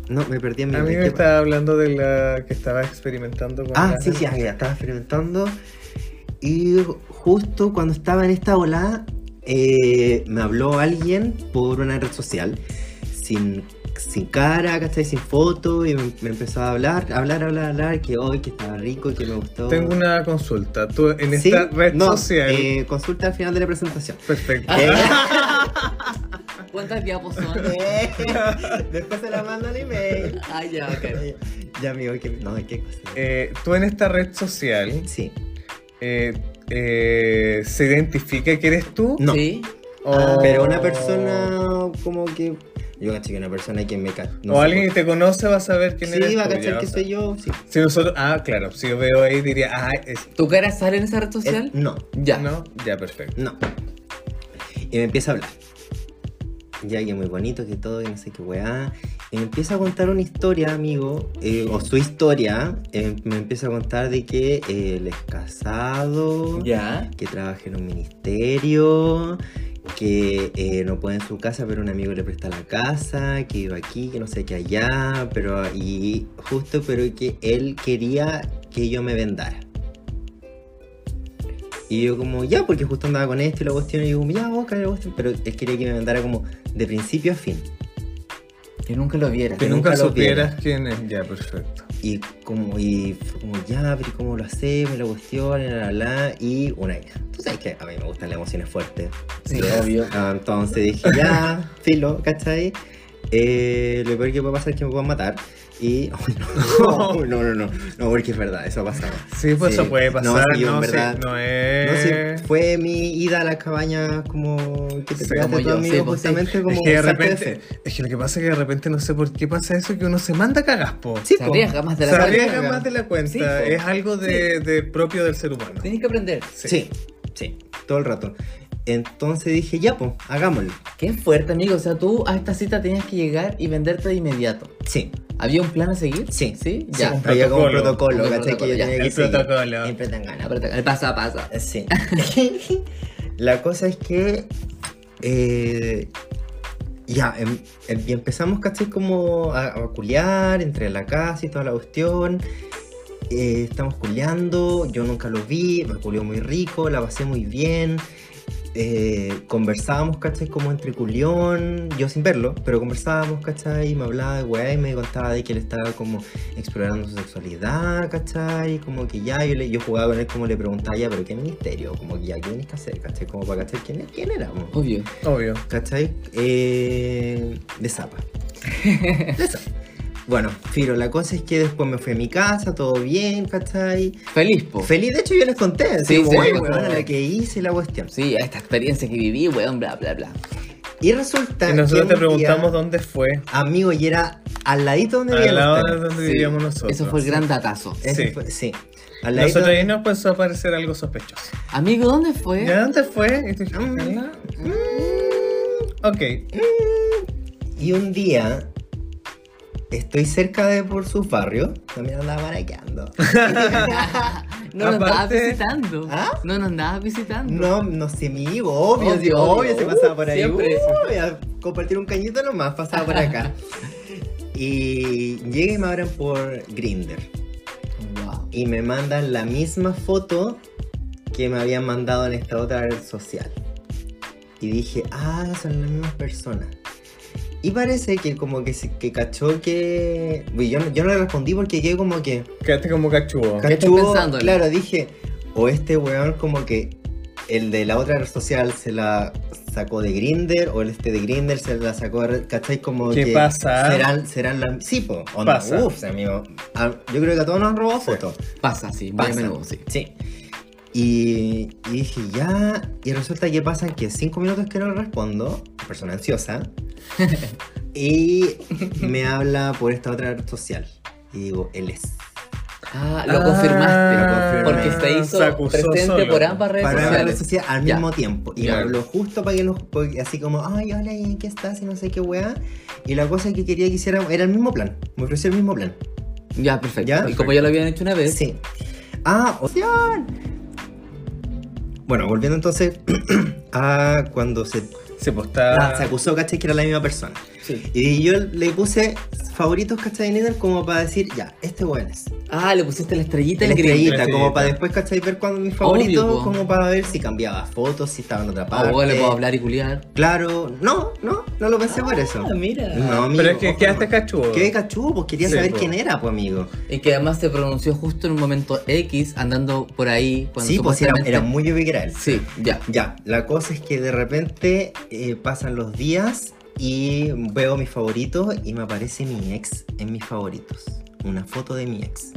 S1: No, me perdí en mi
S2: A mí me
S1: ¿Qué-
S2: estaba hablando de la que estaba experimentando con.
S1: Ah,
S2: la-
S1: sí, sí, ah, ya, estaba experimentando. Y justo cuando estaba en esta ola, eh, me habló alguien por una red social, sin, sin cara, ¿cachai? Sin foto, y me, me empezó a hablar, hablar, hablar, hablar, que hoy, que estaba rico, que me gustó.
S2: Tengo una consulta. Tú en
S1: Sí,
S2: esta red
S1: no,
S2: social.
S1: eh, consulta al final de la
S2: <laughs>
S1: presentación.
S2: Perfecto.
S1: Eh, <laughs>
S3: ¿Cuántas diapos son?
S1: Después se la mando al email.
S3: Ah, ya, ok.
S1: Ya, amigo, que, no, qué cosa.
S2: Eh, tú en esta red social
S1: sí.
S2: eh, eh, se identifica que eres tú.
S1: No.
S3: Sí.
S2: O-
S1: Pero una persona como que. Yo caché que una persona que me ca- no
S2: o
S1: sé
S2: alguien que te conoce va a saber
S1: por-
S2: quién eres.
S1: Sí, va a
S2: tú, ya,
S1: cachar
S2: o
S1: que
S2: sea.
S1: soy yo. Sí. Eh,
S2: Si nosotros. Ah, claro. Si yo veo ahí diría, ah, es.
S3: ¿Tu cara sale en esa red social?
S1: Eh, no,
S3: Ya.
S2: No, ya perfecto.
S1: no. Y me empieza a hablar. Ya que muy bonito, que todo, que no sé qué weá. Y me empieza a contar una historia, amigo, eh, o su historia. eh, me empieza a contar de que eh, él es casado.
S3: Ya.
S1: que trabaja en un ministerio, que eh, no puede en su casa, pero un amigo le presta la casa, que vive aquí, que no sé qué allá, pero y justo, pero que él quería que yo me vendara. Y yo como, ya, porque justo andaba con esto y la cuestión, y yo como, ya, Oscar, la cuestión, pero él quería que me mandara como de principio a fin.
S3: Que nunca lo viera.
S2: Que
S1: Que nunca
S2: nunca
S1: lo
S2: supieras quién es. Ya, perfecto.
S1: Y como, y fue como, ya, pero ¿y ¿cómo lo hacemos? La cuestión, y la, la, la, y una idea. Tú sabes que a mí me gustan las emociones fuertes.
S3: Sí,
S1: Yo,
S3: obvio.
S1: ah, Entonces dije, ya, filo, ¿cachai? Eh, lo peor que puede pasar es que me puedan matar. Y, <laughs>
S2: <laughs>
S1: oh, no, no, no, no, no, porque es verdad, eso ha pasado.
S2: Sí, pues
S1: Sí.
S2: eso puede
S1: No,
S2: pasar.
S1: sí, en
S2: No, sí,
S1: verdad.
S2: no
S1: No
S2: es.
S1: sé, fue mi ida a las cabañas como que te
S3: Sí,
S1: pegaste
S3: como
S1: tu
S3: yo,
S1: amigo
S3: sí, pues, sí.
S1: justamente como
S2: es que de
S1: salto
S2: repente, es que lo que pasa es que de repente no sé por qué pasa eso que uno se manda a cagas, po.
S1: Sí,
S3: Se
S1: po.
S3: arriesga más de
S2: se
S3: la cuenta.
S2: arriesga más de la cuenta.
S3: Sí, po.
S2: es algo de, de propio del ser humano.
S3: Tienes que aprender.
S2: pues,
S1: Sí. sí, todo el rato. Entonces dije, ya, pues, hagámoslo.
S3: Qué fuerte, amigo. O sea, tú a esta cita tenías que llegar y venderte de inmediato.
S1: Sí,
S3: ¿Había un plan a seguir?
S1: Sí.
S3: Sí, ya.
S2: Sí.
S1: había como un
S2: Protocolo.
S1: protocolo,
S3: Un
S1: ¿cachai? Que yo
S3: protocolo, ya.
S1: tenía que
S2: El
S1: seguir.
S2: protocolo.
S1: Siempre tan gana.
S3: Apreta- Pasa, pasa.
S1: eh, Sí. <laughs> La cosa es que. eh, ya, em- em- y empezamos casi como a, a culiar entre la casa y toda la cuestión. Eh, estamos culeando, yo nunca lo vi, me culió muy rico, la pasé muy bien. Eh, conversábamos, ¿cachai? Como entre culión, yo sin verlo, pero conversábamos, ¿cachai? Y me hablaba de weá y me contaba de que él estaba como explorando su sexualidad, ¿cachai? Como que ya, yo, le, yo jugaba con él, como le preguntaba, ya, pero ¿qué ministerio? Como que ya, ¿qué venís a hacer, ¿cachai? Como para cachar quién, quién éramos,
S3: Obvio.
S2: Obvio.
S1: ¿cachai? Eh, de
S2: <laughs>
S1: zapa. De zapa. Bueno, Firo, la cosa es que después me fui a mi casa, todo bien, ¿cachai?
S3: Feliz, po.
S1: Feliz, de hecho yo les conté, así
S3: Sí,
S1: como,
S3: sí,
S1: "Oye,
S3: sí,
S1: weona,
S3: sí.
S1: la que hice y la cuestión.
S3: Sí, esta experiencia que viví, weón, bla, bla, bla.
S1: Y resulta
S2: Y
S1: que
S2: nosotros te
S1: un día,
S2: preguntamos dónde fue.
S1: Amigo, y era al ladito donde
S2: Al
S1: vivíamos.
S2: lado de donde
S3: Sí.
S2: vivíamos nosotros.
S3: Eso fue el gran datazo.
S1: Ese
S2: Sí.
S1: fue- sí. Al ladito
S2: Nosotros
S1: donde-
S2: ahí nos empezó a aparecer algo sospechoso.
S3: Amigo, ¿dónde fue?
S2: ¿Ya dónde fue? Y tú dijiste,
S1: Mm.
S2: "Ala". Ok.
S1: Y un día estoy cerca de por sus barrios, también andaba maraqueando.
S3: No nos andabas
S2: Aparte-
S3: visitando.
S1: ¿Ah?
S3: No nos andabas visitando.
S1: No, no sé, mi hijo, obvio,
S3: Obvio,
S1: sí, obvio,
S3: obvio. Uh,
S1: se pasaba por ahí.
S3: Siempre.
S1: Uy, a compartir un cañito nomás, pasaba por acá.
S3: <laughs>
S1: y llegué y me abren por Grinder
S3: Wow.
S1: y me mandan la misma foto que me habían mandado en esta otra red social. Y dije, ah, son las mismas personas. Y parece que como que, se- que cachó que... Uy, Yo, no- yo no le respondí porque quedé como que...
S2: Quedaste como cachudo.
S3: Ca-
S1: Cachó,
S3: pensándole.
S1: claro, dije, o este weón como que el de la otra red social se la sacó de Grinder o el este de Grinder se la sacó de... red- ¿Cachai? Como
S2: ¿Qué
S1: que
S2: pasa?
S1: Serán, serán las... Sí, po. onda,
S2: Pasa.
S1: Uf, amigo. Ah, Yo creo que a todos nos han robado fotos.
S3: Pasa, sí, muy a
S1: Pasa.
S3: menudo, sí.
S1: Sí. Y, y dije, ya. Y resulta que pasan que cinco minutos que no le respondo, persona
S3: <laughs>
S1: ansiosa, y me habla por esta otra red social. Y digo, él es.
S3: Ah, lo
S2: Ah,
S3: confirmaste.
S1: lo confirmé.
S3: Porque se hizo
S2: Se acusó
S3: presente
S2: solo.
S3: por ambas redes
S1: Para la red
S3: sociales.
S1: social al
S3: Ya.
S1: mismo tiempo. Y me
S2: Ya.
S1: habló justo para que nos. porque Así como, ay, hola, ¿y en qué estás? Y no sé qué weá. Y la cosa que quería que hiciera era el mismo plan. Me ofreció el mismo plan.
S3: Ya, perfecto.
S1: Ya,
S3: Y
S1: perfecto.
S3: como ya lo habían hecho una vez,
S1: Sí. Ah, opción. Bueno, volviendo entonces <clears throat> a cuando se
S2: Se postaba.
S1: Ah, se acusó, ¿cachai? Que era la misma persona.
S3: Sí.
S1: Y yo le puse favoritos, ¿cachai? En Tinder como para decir, ya, este weón es.
S3: Ah, le pusiste la estrellita
S1: La
S3: y le
S1: estrellita,
S3: creí.
S2: estrellita.
S1: como para después, ¿cachai? Ver cuándo mis favoritos,
S3: Obvio, po.
S1: como para ver si cambiaba fotos, si estaba en otra
S3: Ah,
S1: parte.
S3: vos le puedo hablar y culiar.
S1: Claro, no, no, no lo pensé por eso.
S3: Ah, mira.
S1: No, amigo.
S2: Pero es que
S1: ojo,
S2: quedaste
S1: no.
S2: cachudo.
S1: Quedé cachudo, pues quería
S2: Sí,
S1: saber
S2: po.
S1: quién era, pues amigo.
S3: Y que además se pronunció justo en un momento X, andando por ahí. Cuando
S1: sí, pues era,
S3: supuestamente-
S1: era muy obvio que era él.
S3: Sí, ya.
S1: Ya, la cosa es que de repente eh, pasan los días y veo mis favoritos y me aparece mi ex en mis favoritos. Una foto de mi
S2: <laughs>
S1: ex.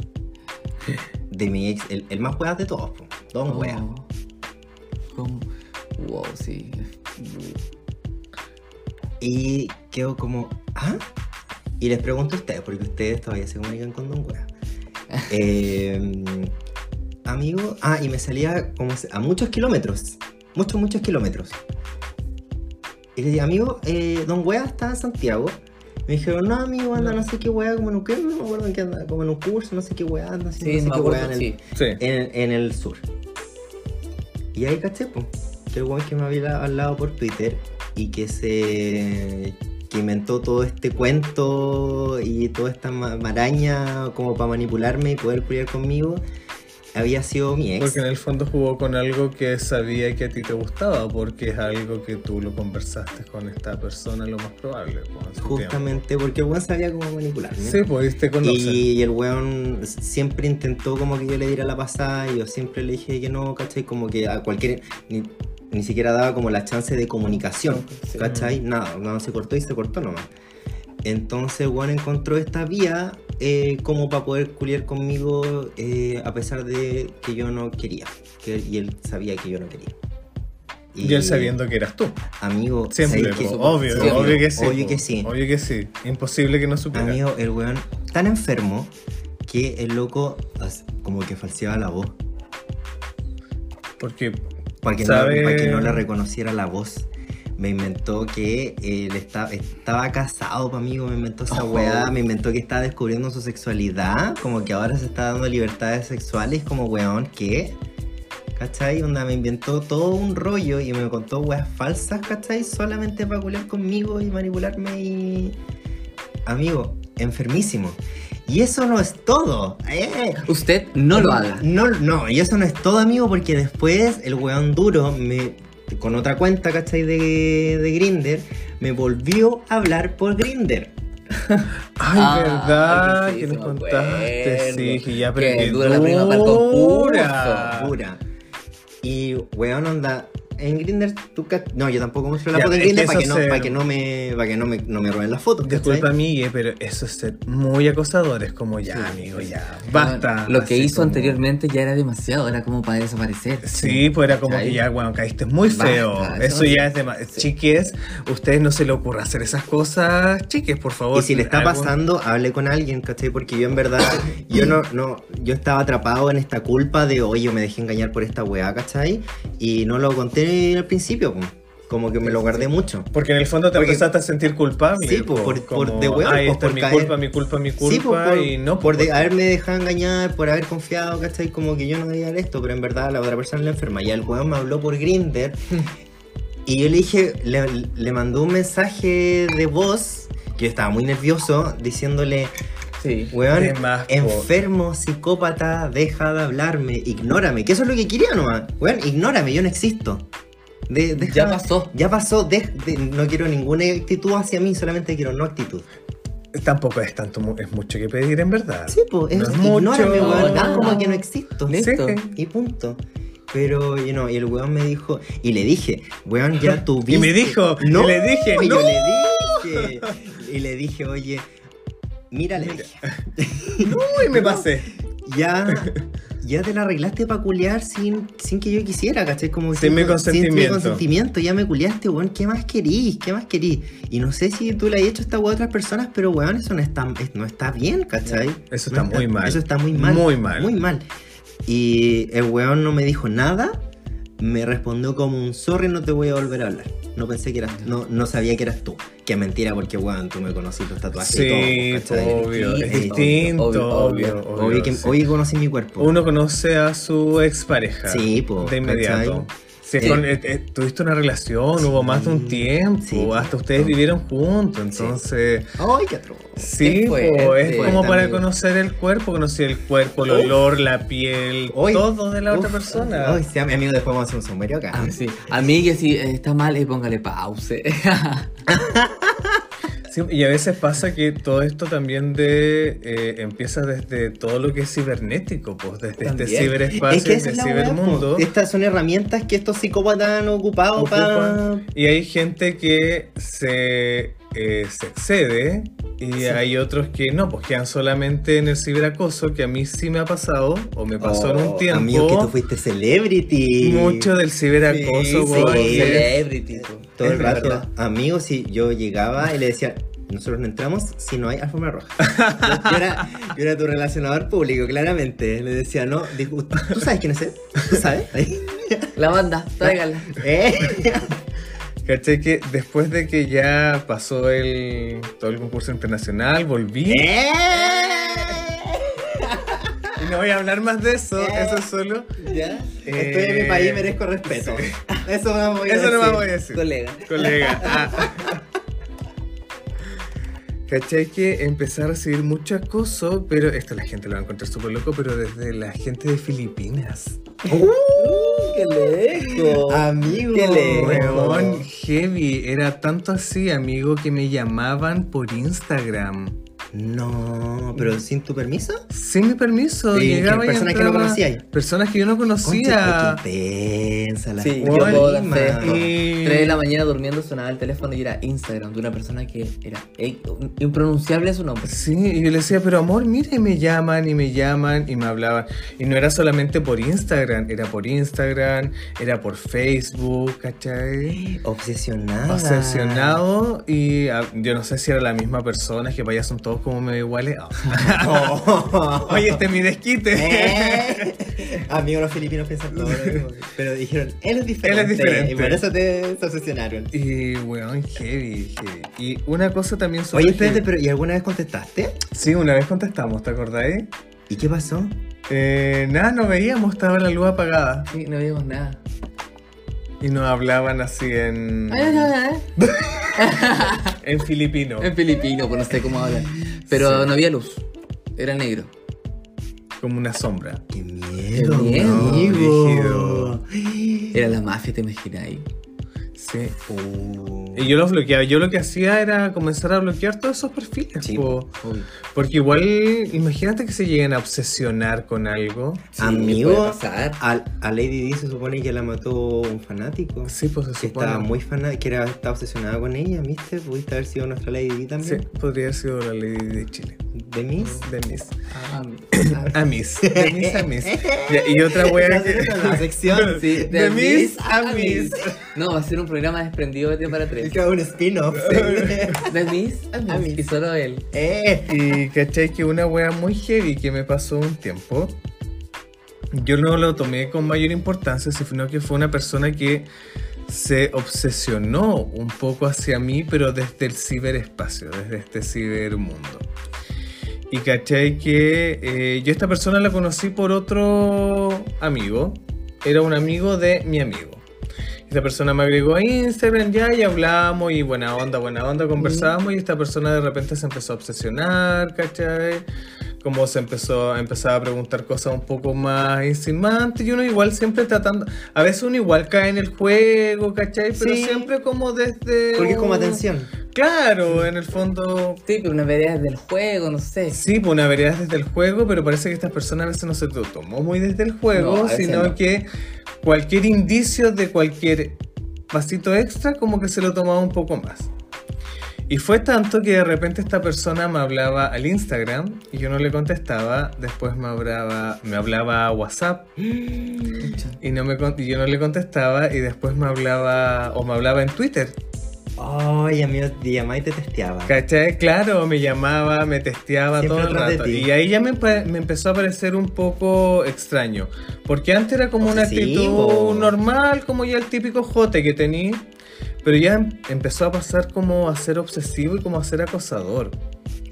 S1: De mi ex, el, el más weas de todos, po. Don
S3: Oh.
S1: wea.
S3: ¿Cómo? Wow, sí.
S1: Y quedo como, ¿ah? Y les pregunto a ustedes, porque ustedes todavía se comunican con Don
S3: <laughs>
S1: wea. Eh, amigo, ah, y me salía como se- a muchos kilómetros. Muchos, muchos kilómetros. Y le dije, amigo, eh, Don Wea está en Santiago. Me dijeron, no, amigo, anda, no, sé qué wea, como en un, no me acuerdo en qué anda, como en un curso, no sé qué wea, anda,
S3: Sí,
S1: haciendo no sé
S3: me
S1: qué wea
S3: acuerdo,
S1: en el,
S3: sí.
S2: Sí.
S1: en, en el sur. Y ahí caché, po, que el weón que me había hablado por Twitter y que se. que inventó todo este cuento y toda esta ma- maraña como para manipularme y poder culiar conmigo. había sido mi ex.
S2: Porque en el fondo jugó con algo que sabía que a ti te gustaba, porque es algo que tú lo conversaste con esta persona, lo más probable. pues, en su
S1: Justamente porque el weón sabía cómo manipularme.
S2: tiempo. Sí, pues te conocer.
S1: Y el weón siempre intentó como que yo le diera la pasada y yo siempre le dije que no, ¿cachai? Como que a cualquier... Ni, ni siquiera daba como la chance de comunicación,
S3: Sí.
S1: ¿cachai? Nada, no, se cortó y se cortó nomás. Entonces Juan encontró esta vía eh, como para poder culiar conmigo eh, a pesar de que yo no quería. que- y él sabía que yo no quería.
S2: Y él sabiendo que eras tú.
S1: Amigo,
S2: Siempre,
S1: ¿sabes
S2: po,
S1: qué?
S2: obvio,
S1: Sí,
S2: obvio, que sí.
S1: Obvio
S2: po,
S1: que sí.
S2: Obvio que sí. Imposible que no supieras.
S1: Amigo, el weón tan enfermo que el loco as- como que falseaba la voz
S2: Porque
S1: para que,
S2: Sabe-
S1: no, para que no le reconociera la voz. Me inventó que él esta- estaba casado, pa, amigo. Me inventó esa
S2: Oh.
S1: weá. Me inventó que estaba descubriendo su sexualidad. Como que ahora se está dando libertades sexuales. Como weón, ¿qué? ¿Cachai? Onda, me inventó todo un rollo y me contó weas falsas, ¿cachai? Solamente para culiar conmigo y manipularme y. Amigo, enfermísimo. Y eso no es todo. ¡Eh!
S3: Usted no lo haga.
S1: No, no, y eso no es todo, amigo, porque después el weón duro me. Con otra cuenta, ¿cachai? De, de Grinder, me volvió a hablar por Grinder.
S2: Ay,
S3: Ah,
S2: verdad,
S3: sí,
S2: que
S3: sí,
S2: nos
S3: me
S2: contaste, sí,
S3: acuerdo.
S2: que ya
S3: Que
S2: aprendí.
S3: dura la prima para el concurso.
S2: Ah.
S1: Dura. Y weón onda. En Grinder, tú. ca- No, yo tampoco muestro la
S2: Ya,
S1: foto en
S2: es que
S1: Grinder para que,
S2: eso
S1: no,
S2: se-
S1: pa' que no me. Para que no me, no me roben las fotos, ¿cachai?
S2: Disculpa, Migue, pero eso es ser muy acosadores, como ya, amigo, ya. Basta.
S3: Lo que
S2: así
S3: hizo
S2: como-
S3: anteriormente ya era demasiado, era como para desaparecer.
S2: Sí, pues era como
S3: ¿Cachai?
S2: que ya, bueno, caíste muy
S3: Basta,
S2: feo.
S3: eso
S2: eso
S3: sí.
S2: ya es demasiado. Chiques, ustedes no se les ocurra hacer esas cosas, chiques, por favor.
S1: Y si le está
S2: Algún-
S1: pasando, hable con alguien, ¿cachai? Porque yo en verdad, yo no, no, yo estaba atrapado en esta culpa de, oye, yo me dejé engañar por esta weá, ¿cachai? Y no lo conté al principio, po. como que me lo guardé mucho.
S2: Porque en el fondo te
S1: Porque-
S2: empezaste a sentir culpable.
S1: Sí, pues,
S2: po,
S1: por- por-
S2: como,
S1: de hueón,
S2: Ay,
S1: pues,
S2: esta es
S1: por
S2: mi
S1: caer.
S2: culpa, mi culpa, mi culpa.
S1: Sí, po, por,
S2: y no
S1: por de-
S2: po,
S1: haberme dejado engañar, por haber confiado, ¿cachai? Como que yo no debía hacer esto, pero en verdad la otra persona la enferma. Y el weón me habló por
S2: <laughs>
S1: Grinder y yo le dije, le, le mandó un mensaje de voz, que yo estaba muy nervioso, diciéndole,
S3: Sí.
S1: Weón,
S2: De más, po.
S1: enfermo, psicópata, deja de hablarme, ignórame, que eso es lo que quería nomás. Weón, ignórame, yo no existo. De- deja-
S3: Ya pasó.
S1: Ya pasó, de- de- no quiero ninguna actitud hacia mí, solamente quiero no actitud.
S2: Tampoco es tanto, mu- es mucho que pedir, en verdad.
S1: Sí, pues,
S2: No
S1: es,
S2: es mucho.
S1: ignórame, weón,
S3: No,
S1: haz como
S3: no.
S1: que no existo.
S3: Sí. Listo.
S1: Y punto. Pero, you know, y el weón me dijo, y le dije, weón, ya tuviste.
S2: Y me dijo, y
S1: no,
S2: le dije,
S1: yo
S2: no.
S1: le dije. Y le dije, oye, mira, le dije.
S2: Uy, me pasé. <laughs>
S1: ya, ya te la arreglaste para culear sin, sin que yo quisiera, ¿cachai? Como
S2: Sin
S1: que-
S2: mi consentimiento.
S1: consentimiento, ya me culeaste, weón, ¿qué más querís? ¿Qué más querís? Y no sé si tú le has hecho esta weá a otras personas, pero weón, eso no está, es- no está bien, ¿cachai?
S2: Eso
S1: No eh,
S2: está muy mal.
S1: Eso está muy mal.
S2: Muy mal.
S1: Muy mal. Y el weón no me dijo nada, me respondió como un sorry, no te voy a volver a hablar. No pensé que eras, no, no sabía que eras tú. Que mentira, porque weón, tú me conociste los tatuajes y
S2: Sí,
S1: todo, ¿cachai?
S2: po, obvio. Es
S1: Obvio,
S2: distinto,
S3: obvio,
S2: obvio.
S3: obvio.
S2: obvio,
S1: Obvio que
S2: sí.
S1: hoy conocí mi cuerpo.
S2: Uno conoce a su expareja.
S1: Sí, po,
S2: De inmediato.
S1: ¿cachai?
S2: Si es
S3: Sí.
S2: con- eh, eh, tuviste una relación, hubo más de un
S1: Sí,
S2: tiempo,
S1: sí, po.
S2: hasta ustedes vivieron juntos, entonces
S1: ¡Ay, qué atroz!
S2: sí,
S3: Es
S2: po,
S3: fuerte.
S2: es como para
S1: También.
S2: conocer el cuerpo, conocer el cuerpo, el olor, la piel,
S1: Hoy-
S2: todo de la otra
S1: Uf,
S2: persona.
S1: Ay, sí, mi amigo, después vamos a hacer un sumario acá.
S3: Ah, sí. Amigue, si eh, está mal, eh, póngale pause. <laughs>
S2: Sí, y a veces pasa que todo esto también de eh, empieza desde todo lo que es cibernético, pues desde
S3: También.
S2: este ciberespacio,
S1: esa
S2: este
S1: es la weá,
S2: cibermundo.
S1: po. Estas son herramientas que estos psicópatas han ocupado para.
S2: ocupan. Y hay gente que se, eh, se excede y hay otros que no, pues quedan solamente en el ciberacoso, que a mí sí me ha pasado, o me pasó en un tiempo.
S1: Oh, Amigo, que tú fuiste celebrity.
S2: Mucho del ciberacoso, pues,
S1: Sí, sí,
S2: weón,
S1: sí.
S2: es-
S3: Celebrity. po.
S1: Todo el
S2: es
S1: rato.
S2: verdad.
S1: Amigo, si yo llegaba y le decía. Nosotros no entramos si no hay alfombra
S2: <laughs>
S1: roja. Yo, yo era, yo era tu relacionador público, claramente. Le decía, no, dijo, ¿tú sabes quién es él? ¿Tú
S2: <laughs>
S1: sabes?
S3: La banda, tráigala.
S1: ¿Eh?
S2: ¿Cachai? Que después de que ya pasó el, todo el concurso internacional, volví.
S1: ¿Eh?
S2: Y no voy a hablar más de eso,
S1: Eh.
S2: eso es solo.
S1: ¿Ya?
S2: Eh,
S1: Estoy en mi país, merezco respeto. Eso no me voy a
S2: Eso
S1: decir. <laughs>
S2: no me voy a decir.
S3: Colega.
S2: Colega. Ah. ¿Cachai? Que empecé a recibir mucho acoso, pero esto la gente lo va a encontrar súper loco, pero desde la gente de Filipinas.
S1: ¡Qué lejos! Amigo. Uh, ¡Qué
S2: Weón,
S1: lejos!
S2: heavy. Era tanto así, amigo, que me llamaban por Instagram.
S1: No, pero sin tu permiso.
S2: Sin mi permiso,
S1: Sí, que
S2: llegaba y
S1: personas que no
S2: entraba-
S1: conocías.
S2: Personas que yo no
S1: Concha,
S2: conocía.
S1: qué intensa la
S3: Ah, Sí, yo
S1: Juanma.
S3: puedo dar fe.
S2: Y-
S3: 3 de la mañana durmiendo sonaba el teléfono y era Instagram de una persona que era eh, impronunciable su nombre.
S2: Sí, y yo le decía, pero amor, mira, y me llaman, y me llaman, y me hablaban. Y no era solamente por Instagram, era por Instagram, era por Facebook, ¿cachai?
S1: Obsesionada. <laughs>
S2: Obsesionado, y ah, yo no sé si era la misma persona, es que vaya, son todos como medio iguales. <laughs>
S1: Oh.
S2: Oye, este es mi desquite.
S1: Eh. Amigos los filipinos piensan todo lo mismo, pero dijeron, él es diferente.
S2: Él es diferente.
S1: Y por eso te se obsesionaron.
S2: <laughs> y, weón, heavy, heavy. Y una cosa también sobre...
S1: Oye, espérate, pero ¿y alguna vez contestaste?
S2: Sí, una vez contestamos, ¿te acordáis?
S1: ¿Y qué pasó?
S2: Eh, nada, no veíamos, estaba la luz apagada.
S3: Sí, no vimos nada.
S2: Y nos hablaban así en...
S1: Ah,
S3: Ay, ay, ay.
S2: En filipino.
S3: En filipino, pues no sé cómo hablan. Pero
S2: Sí.
S3: no había luz. Era negro.
S2: Como una sombra.
S1: ¡Qué miedo!
S3: Qué miedo.
S1: amigo.
S3: Era la mafia, ¿te imaginas ahí?
S2: Sí.
S1: Oh.
S2: Y yo los bloqueaba. Yo lo que hacía era comenzar a bloquear todos esos perfiles.
S1: Sí,
S2: po.
S1: obvio.
S2: Porque igual, imagínate que se lleguen a obsesionar con algo.
S3: Sí,
S1: Amigo.
S3: puede pasar.
S1: A, a Lady Di se supone que la mató un fanático.
S2: Sí, pues se
S1: Que
S2: supone.
S1: estaba muy fanática, que era, estaba obsesionada con ella, ¿viste? Pudiste haber sido nuestra Lady Di
S2: Sí,
S1: también.
S2: podría haber sido la ley de Chile.
S1: De Miss.
S2: De mis.
S3: Ah,
S2: A mis. De mis
S1: <laughs>
S2: a mis. Ya, Y otra wea que...
S1: Nosotros en la
S2: <laughs>
S1: sección, sí.
S2: De mis a mis.
S3: No, va a ser un programa desprendido de 3 para 3.
S1: Era un spin-off.
S2: <laughs>
S1: sí.
S3: De mis a mis.
S1: A mis.
S3: Y solo él.
S1: eh.
S2: Y cachai que una wea muy heavy que me pasó un tiempo. Yo no lo tomé con mayor importancia, sino que fue una persona que se obsesionó un poco hacia mí, pero desde el ciberespacio, desde este cibermundo. Y cachai que eh, yo esta persona la conocí por otro amigo. Era un amigo de mi amigo. Esta persona me agregó a Instagram ya y hablábamos y buena onda, buena
S1: Mm.
S2: onda, conversábamos y esta persona de repente se empezó a obsesionar, ¿cachai? Como se empezó, empezaba a preguntar cosas un poco más insinuantes y uno igual siempre tratando, a veces uno igual cae en el juego, ¿cachai? Pero
S1: Sí.
S2: siempre como desde...
S1: Porque es como
S2: un-
S1: atención.
S2: Claro, en el fondo
S3: Sí, pero una vereda del juego, no sé.
S2: Sí, pues una vereda es desde el juego, pero parece que estas personas a veces no se lo tomó muy desde el
S3: No, a
S2: juego,
S3: veces
S2: sino
S3: no.
S2: que cualquier indicio de cualquier pasito extra como que se lo tomaba un poco más. Y fue tanto que de repente esta persona me hablaba al Instagram y yo no le contestaba, después me hablaba, me hablaba a WhatsApp y, no me, con- y yo no le contestaba y después me hablaba o me hablaba en Twitter.
S1: Ay, amigo, te llamaba y te testeaba.
S2: ¿Cachai? Claro, me llamaba, me testeaba
S1: Siempre
S2: todo el
S1: atrás de
S2: rato.
S1: ti.
S2: Y ahí ya me, empe- me empezó a parecer un poco extraño. Porque antes era
S1: Oh,
S2: como una
S1: Obsesivo.
S2: actitud normal, como ya el típico jote que tenía. Pero ya em- empezó a pasar como a ser obsesivo y como a ser acosador.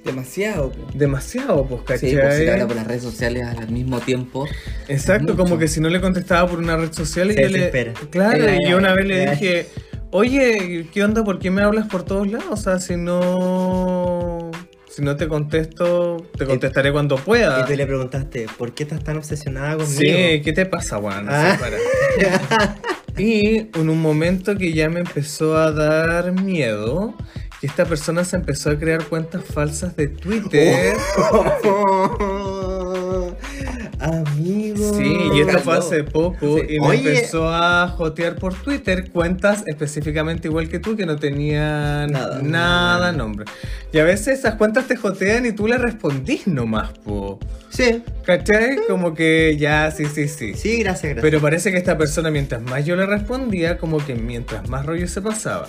S3: Demasiado, po.
S2: Demasiado, pues, ¿cachai?
S3: Sí, pues si te habla por las redes sociales al mismo tiempo.
S2: Exacto,
S3: Mucho.
S2: como que si no le contestaba por una red social y
S1: Se
S2: yo le...
S1: desespera.
S2: Claro,
S3: Eh,
S2: y yo una vez le
S3: eh.
S2: dije, oye, ¿qué onda? ¿Por qué me hablas por todos lados? O sea, si no... Si no te contesto, te contestaré cuando pueda.
S1: Eh, Y tú le preguntaste, ¿por qué estás tan obsesionada conmigo?
S2: Sí, ¿qué te pasa, Juan?
S1: Ah. <laughs>
S2: y en un momento que ya me empezó a dar miedo, que esta persona se empezó a crear cuentas falsas de Twitter.
S1: Oh. <laughs> Amigo.
S2: Sí, y esto fue hace poco
S3: Sí.
S2: y me
S1: Oye.
S2: empezó a jotear por Twitter cuentas específicamente igual que tú que no tenían
S1: Nada.
S2: nada, nombre. Y a veces esas cuentas te jotean y tú le respondís nomás, po.
S1: Sí,
S2: ¿Cachai? Como que ya, sí, sí, sí.
S1: sí, gracias, gracias.
S2: Pero parece que esta persona, mientras más yo le respondía, como que mientras más rollo se pasaba.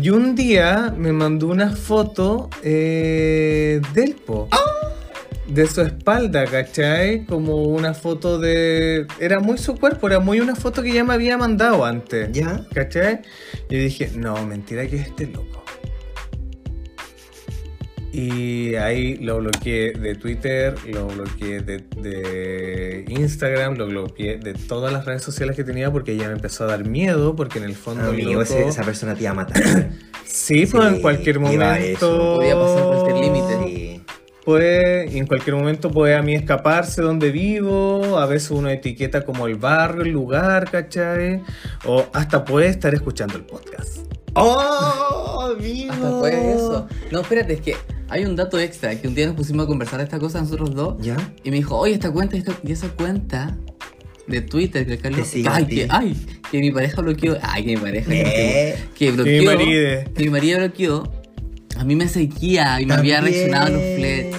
S2: Y un día me mandó una foto eh, del po.
S1: ¡Ah!
S2: De su espalda, ¿cachai? Como una foto de... Era muy su cuerpo, era muy una foto que ya me había mandado antes.
S1: ¿Ya?
S2: ¿Cachai? Yo dije, no, mentira que es este loco. Y ahí lo bloqueé de Twitter, lo bloqueé de, de Instagram, lo bloqueé de todas las redes sociales que tenía porque ya me empezó a dar miedo, porque en el fondo el
S1: Amigo, <clears throat>
S2: loco-
S1: ese- esa persona te iba a matar.
S2: Sí, pues en cualquier
S1: iba a
S2: momento.
S1: eso.
S3: Podía pasar cualquier límite.
S1: Sí.
S2: Puede, y en cualquier momento puede a mí escaparse donde vivo, a veces uno etiqueta como el barrio, el lugar, ¿cachai? O hasta puede estar escuchando el podcast. ¡Oh, amigo!
S3: Hasta fue eso. No, espérate, es que hay un dato extra, que un día nos pusimos a conversar de esta cosa nosotros dos,
S1: ¿Ya?
S3: y me dijo, oye, esta cuenta, esta, y esa cuenta de Twitter, que el Carlos...
S1: Te sigue
S3: ay,
S1: a ti.
S3: que, ay, que mi pareja bloqueó, ay, que mi pareja...
S1: Eh,
S3: Que
S2: Sí,
S3: bloqueó...
S2: Maride.
S3: que mi marido bloqueó, a mí me seguía y me había
S1: también.
S3: reaccionado a los flets.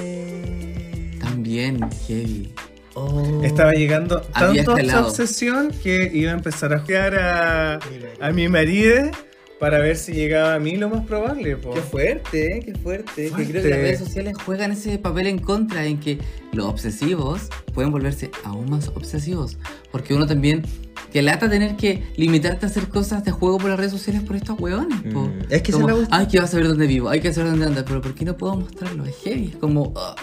S3: También, heavy.
S1: Oh,
S2: Estaba llegando
S3: Había
S1: este
S2: tanto a esa
S3: escalado.
S2: obsesión que iba a empezar a jugar a,
S1: mira.
S2: a mi marido para ver si llegaba a mí lo más probable. po.
S1: Qué fuerte, eh, qué fuerte.
S3: Que creo que las redes sociales juegan ese papel en contra, en que los obsesivos pueden volverse aún más obsesivos. Porque uno también, que lata tener que limitarte a hacer cosas de juego por las redes sociales por estos hueones. po.
S1: Mm, es que esa
S3: Como,
S1: es la cuestión.
S3: Ay, que vas a ver dónde vivo, hay que saber dónde andas, pero ¿por qué no puedo mostrarlo? Es heavy, es como. ah.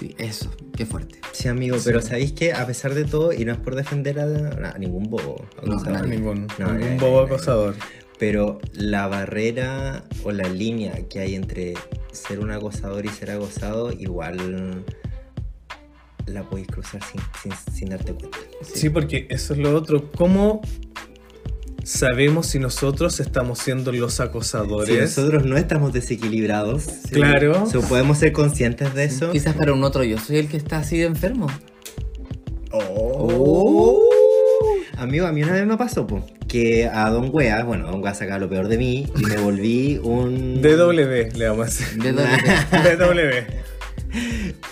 S3: Sí, eso, qué fuerte.
S1: Oh, Sí, amigo, pero ¿sabéis que A pesar de todo, y no es por defender a, a ningún bobo,
S3: No,
S1: acusador,
S3: nadie.
S2: Ningún,
S1: No,
S2: ningún
S1: eh,
S2: bobo
S1: eh,
S2: acosador.
S1: pero la barrera o la línea que hay entre ser un acosador y ser acosado, igual la podéis cruzar sin, sin- sin darte cuenta.
S2: Sí. porque eso es lo otro. ¿Cómo sabemos si nosotros estamos siendo los
S1: Si
S2: acosadores?
S1: nosotros no estamos desequilibrados,
S2: Claro.
S1: so, podemos ser conscientes de eso.
S3: Quizás para un otro yo soy el que está así de enfermo.
S1: Oh. Amigo, a mí una vez me pasó po, que a Don Wea, bueno, Don Wea sacaba lo peor de mí y me volví un.
S2: DW, le vamos a hacer.
S3: De
S1: <laughs>
S3: dónde-
S2: DW.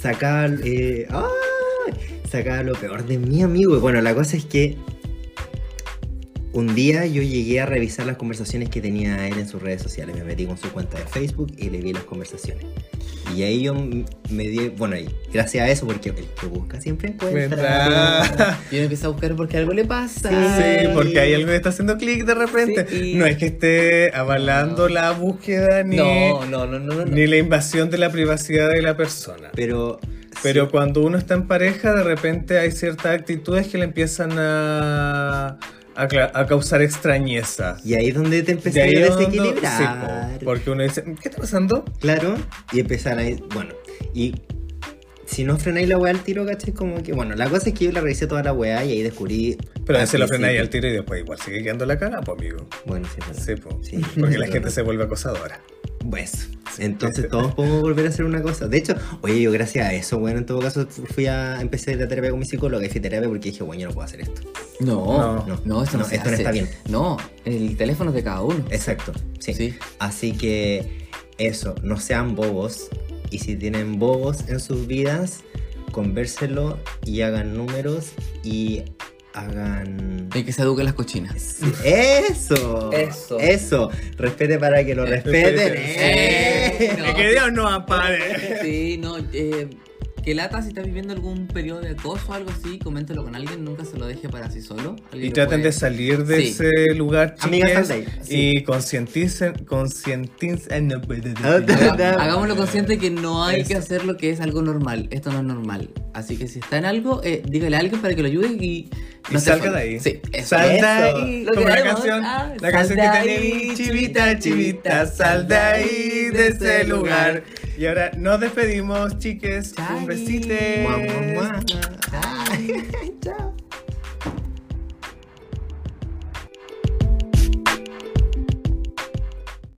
S1: Sacaba. eh, ¡ay! Sacaba lo peor de mí, amigo. Y Bueno, la cosa es que. Un día yo llegué a revisar las conversaciones que tenía él en sus redes sociales. Me metí con su cuenta de Facebook y le vi las conversaciones. Y ahí yo me di. Bueno, y gracias a eso, porque el que busca siempre encuentra.
S2: Entra.
S3: Y uno empieza a buscar porque algo le pasa.
S2: Sí, porque hay algo que está haciendo clic de repente.
S3: Sí, y-
S2: No es que esté avalando
S3: No.
S2: la búsqueda ni,
S3: No, no, no, no, no. no.
S2: ni la invasión de la privacidad de la persona.
S1: Pero.
S2: Pero cuando uno está en pareja, de repente hay ciertas actitudes que le empiezan a, a, cla- a causar extrañeza.
S1: Y ahí es donde te
S2: De
S1: empecé
S2: ahí
S1: a
S2: es donde-
S1: desequilibrar.
S2: sí, po, porque uno dice, ¿qué está pasando?
S1: Claro, y empezar ahí. Bueno, y si no frenáis la weá al tiro, ¿cachai? Como que, bueno, la cosa es que yo la revisé toda la weá y ahí descubrí.
S2: Pero a
S1: al
S2: veces lo frena ahí al
S1: principio-
S2: tiro y después igual sigue quedando la cara, pues amigo.
S1: Bueno, sí, es verdad.
S2: Sí, po.
S1: Sí.
S2: Porque la
S1: <laughs>
S2: gente se vuelve acosadora.
S1: Pues,
S2: <laughs>
S1: entonces todos podemos volver a hacer una cosa. De hecho, oye, yo gracias a eso, bueno, en todo caso fui a. Empecé la terapia con mi psicóloga y fiterapia porque dije, bueno, yo no puedo hacer esto.
S3: No,
S2: No,
S3: no,
S1: no,
S3: esto no,
S1: no,
S3: se
S1: esto no
S3: hace.
S1: está bien.
S3: No, el teléfono es de cada uno.
S1: Exacto, sí.
S3: Sí.
S1: Así que, eso, no sean bobos. Y si tienen bobos en sus vidas, convérselo y hagan números y hagan.
S3: Y que se eduquen las cochinas.
S1: Eso.
S3: Eso.
S1: Eso. Respete para que lo respeten.
S3: Respete.
S1: ¡Eh!
S3: No. Que
S2: Dios
S1: <laughs>
S2: nos ampare.
S3: Sí, no, eh, que lata si está viviendo algún periodo de acoso o algo así, coméntelo con alguien, nunca se lo deje para sí solo. Alguien
S2: Y
S3: lo
S2: traten de
S3: puede-
S2: salir de
S3: Sí.
S2: ese lugar,
S1: Amigas
S2: chiques,
S1: Sunday,
S2: Y concienticen, concienticen.
S1: <laughs>
S2: no puedo decir. <laughs>
S3: Haga- Hagámoslo consciente que no hay que
S2: Eso.
S3: hacer lo que es algo normal. Esto no es normal. Así que si está en algo, eh, dígale a alguien para que lo ayude y.
S2: Y
S3: no te
S2: salga de
S3: jodas.
S2: ahí.
S3: Sí, eso.
S2: Sal de
S1: Eso.
S2: ahí.
S3: Lo
S2: Como la
S3: queremos.
S2: canción,
S3: Ah,
S2: la
S3: sal
S2: canción
S3: de
S2: que
S3: ahí,
S2: tenía. Chivita, chivita, sal de ahí de
S3: este
S2: este ese lugar. Y ahora nos despedimos, chiques.
S3: Chai.
S2: Un besito.
S1: Mua, mua, mua.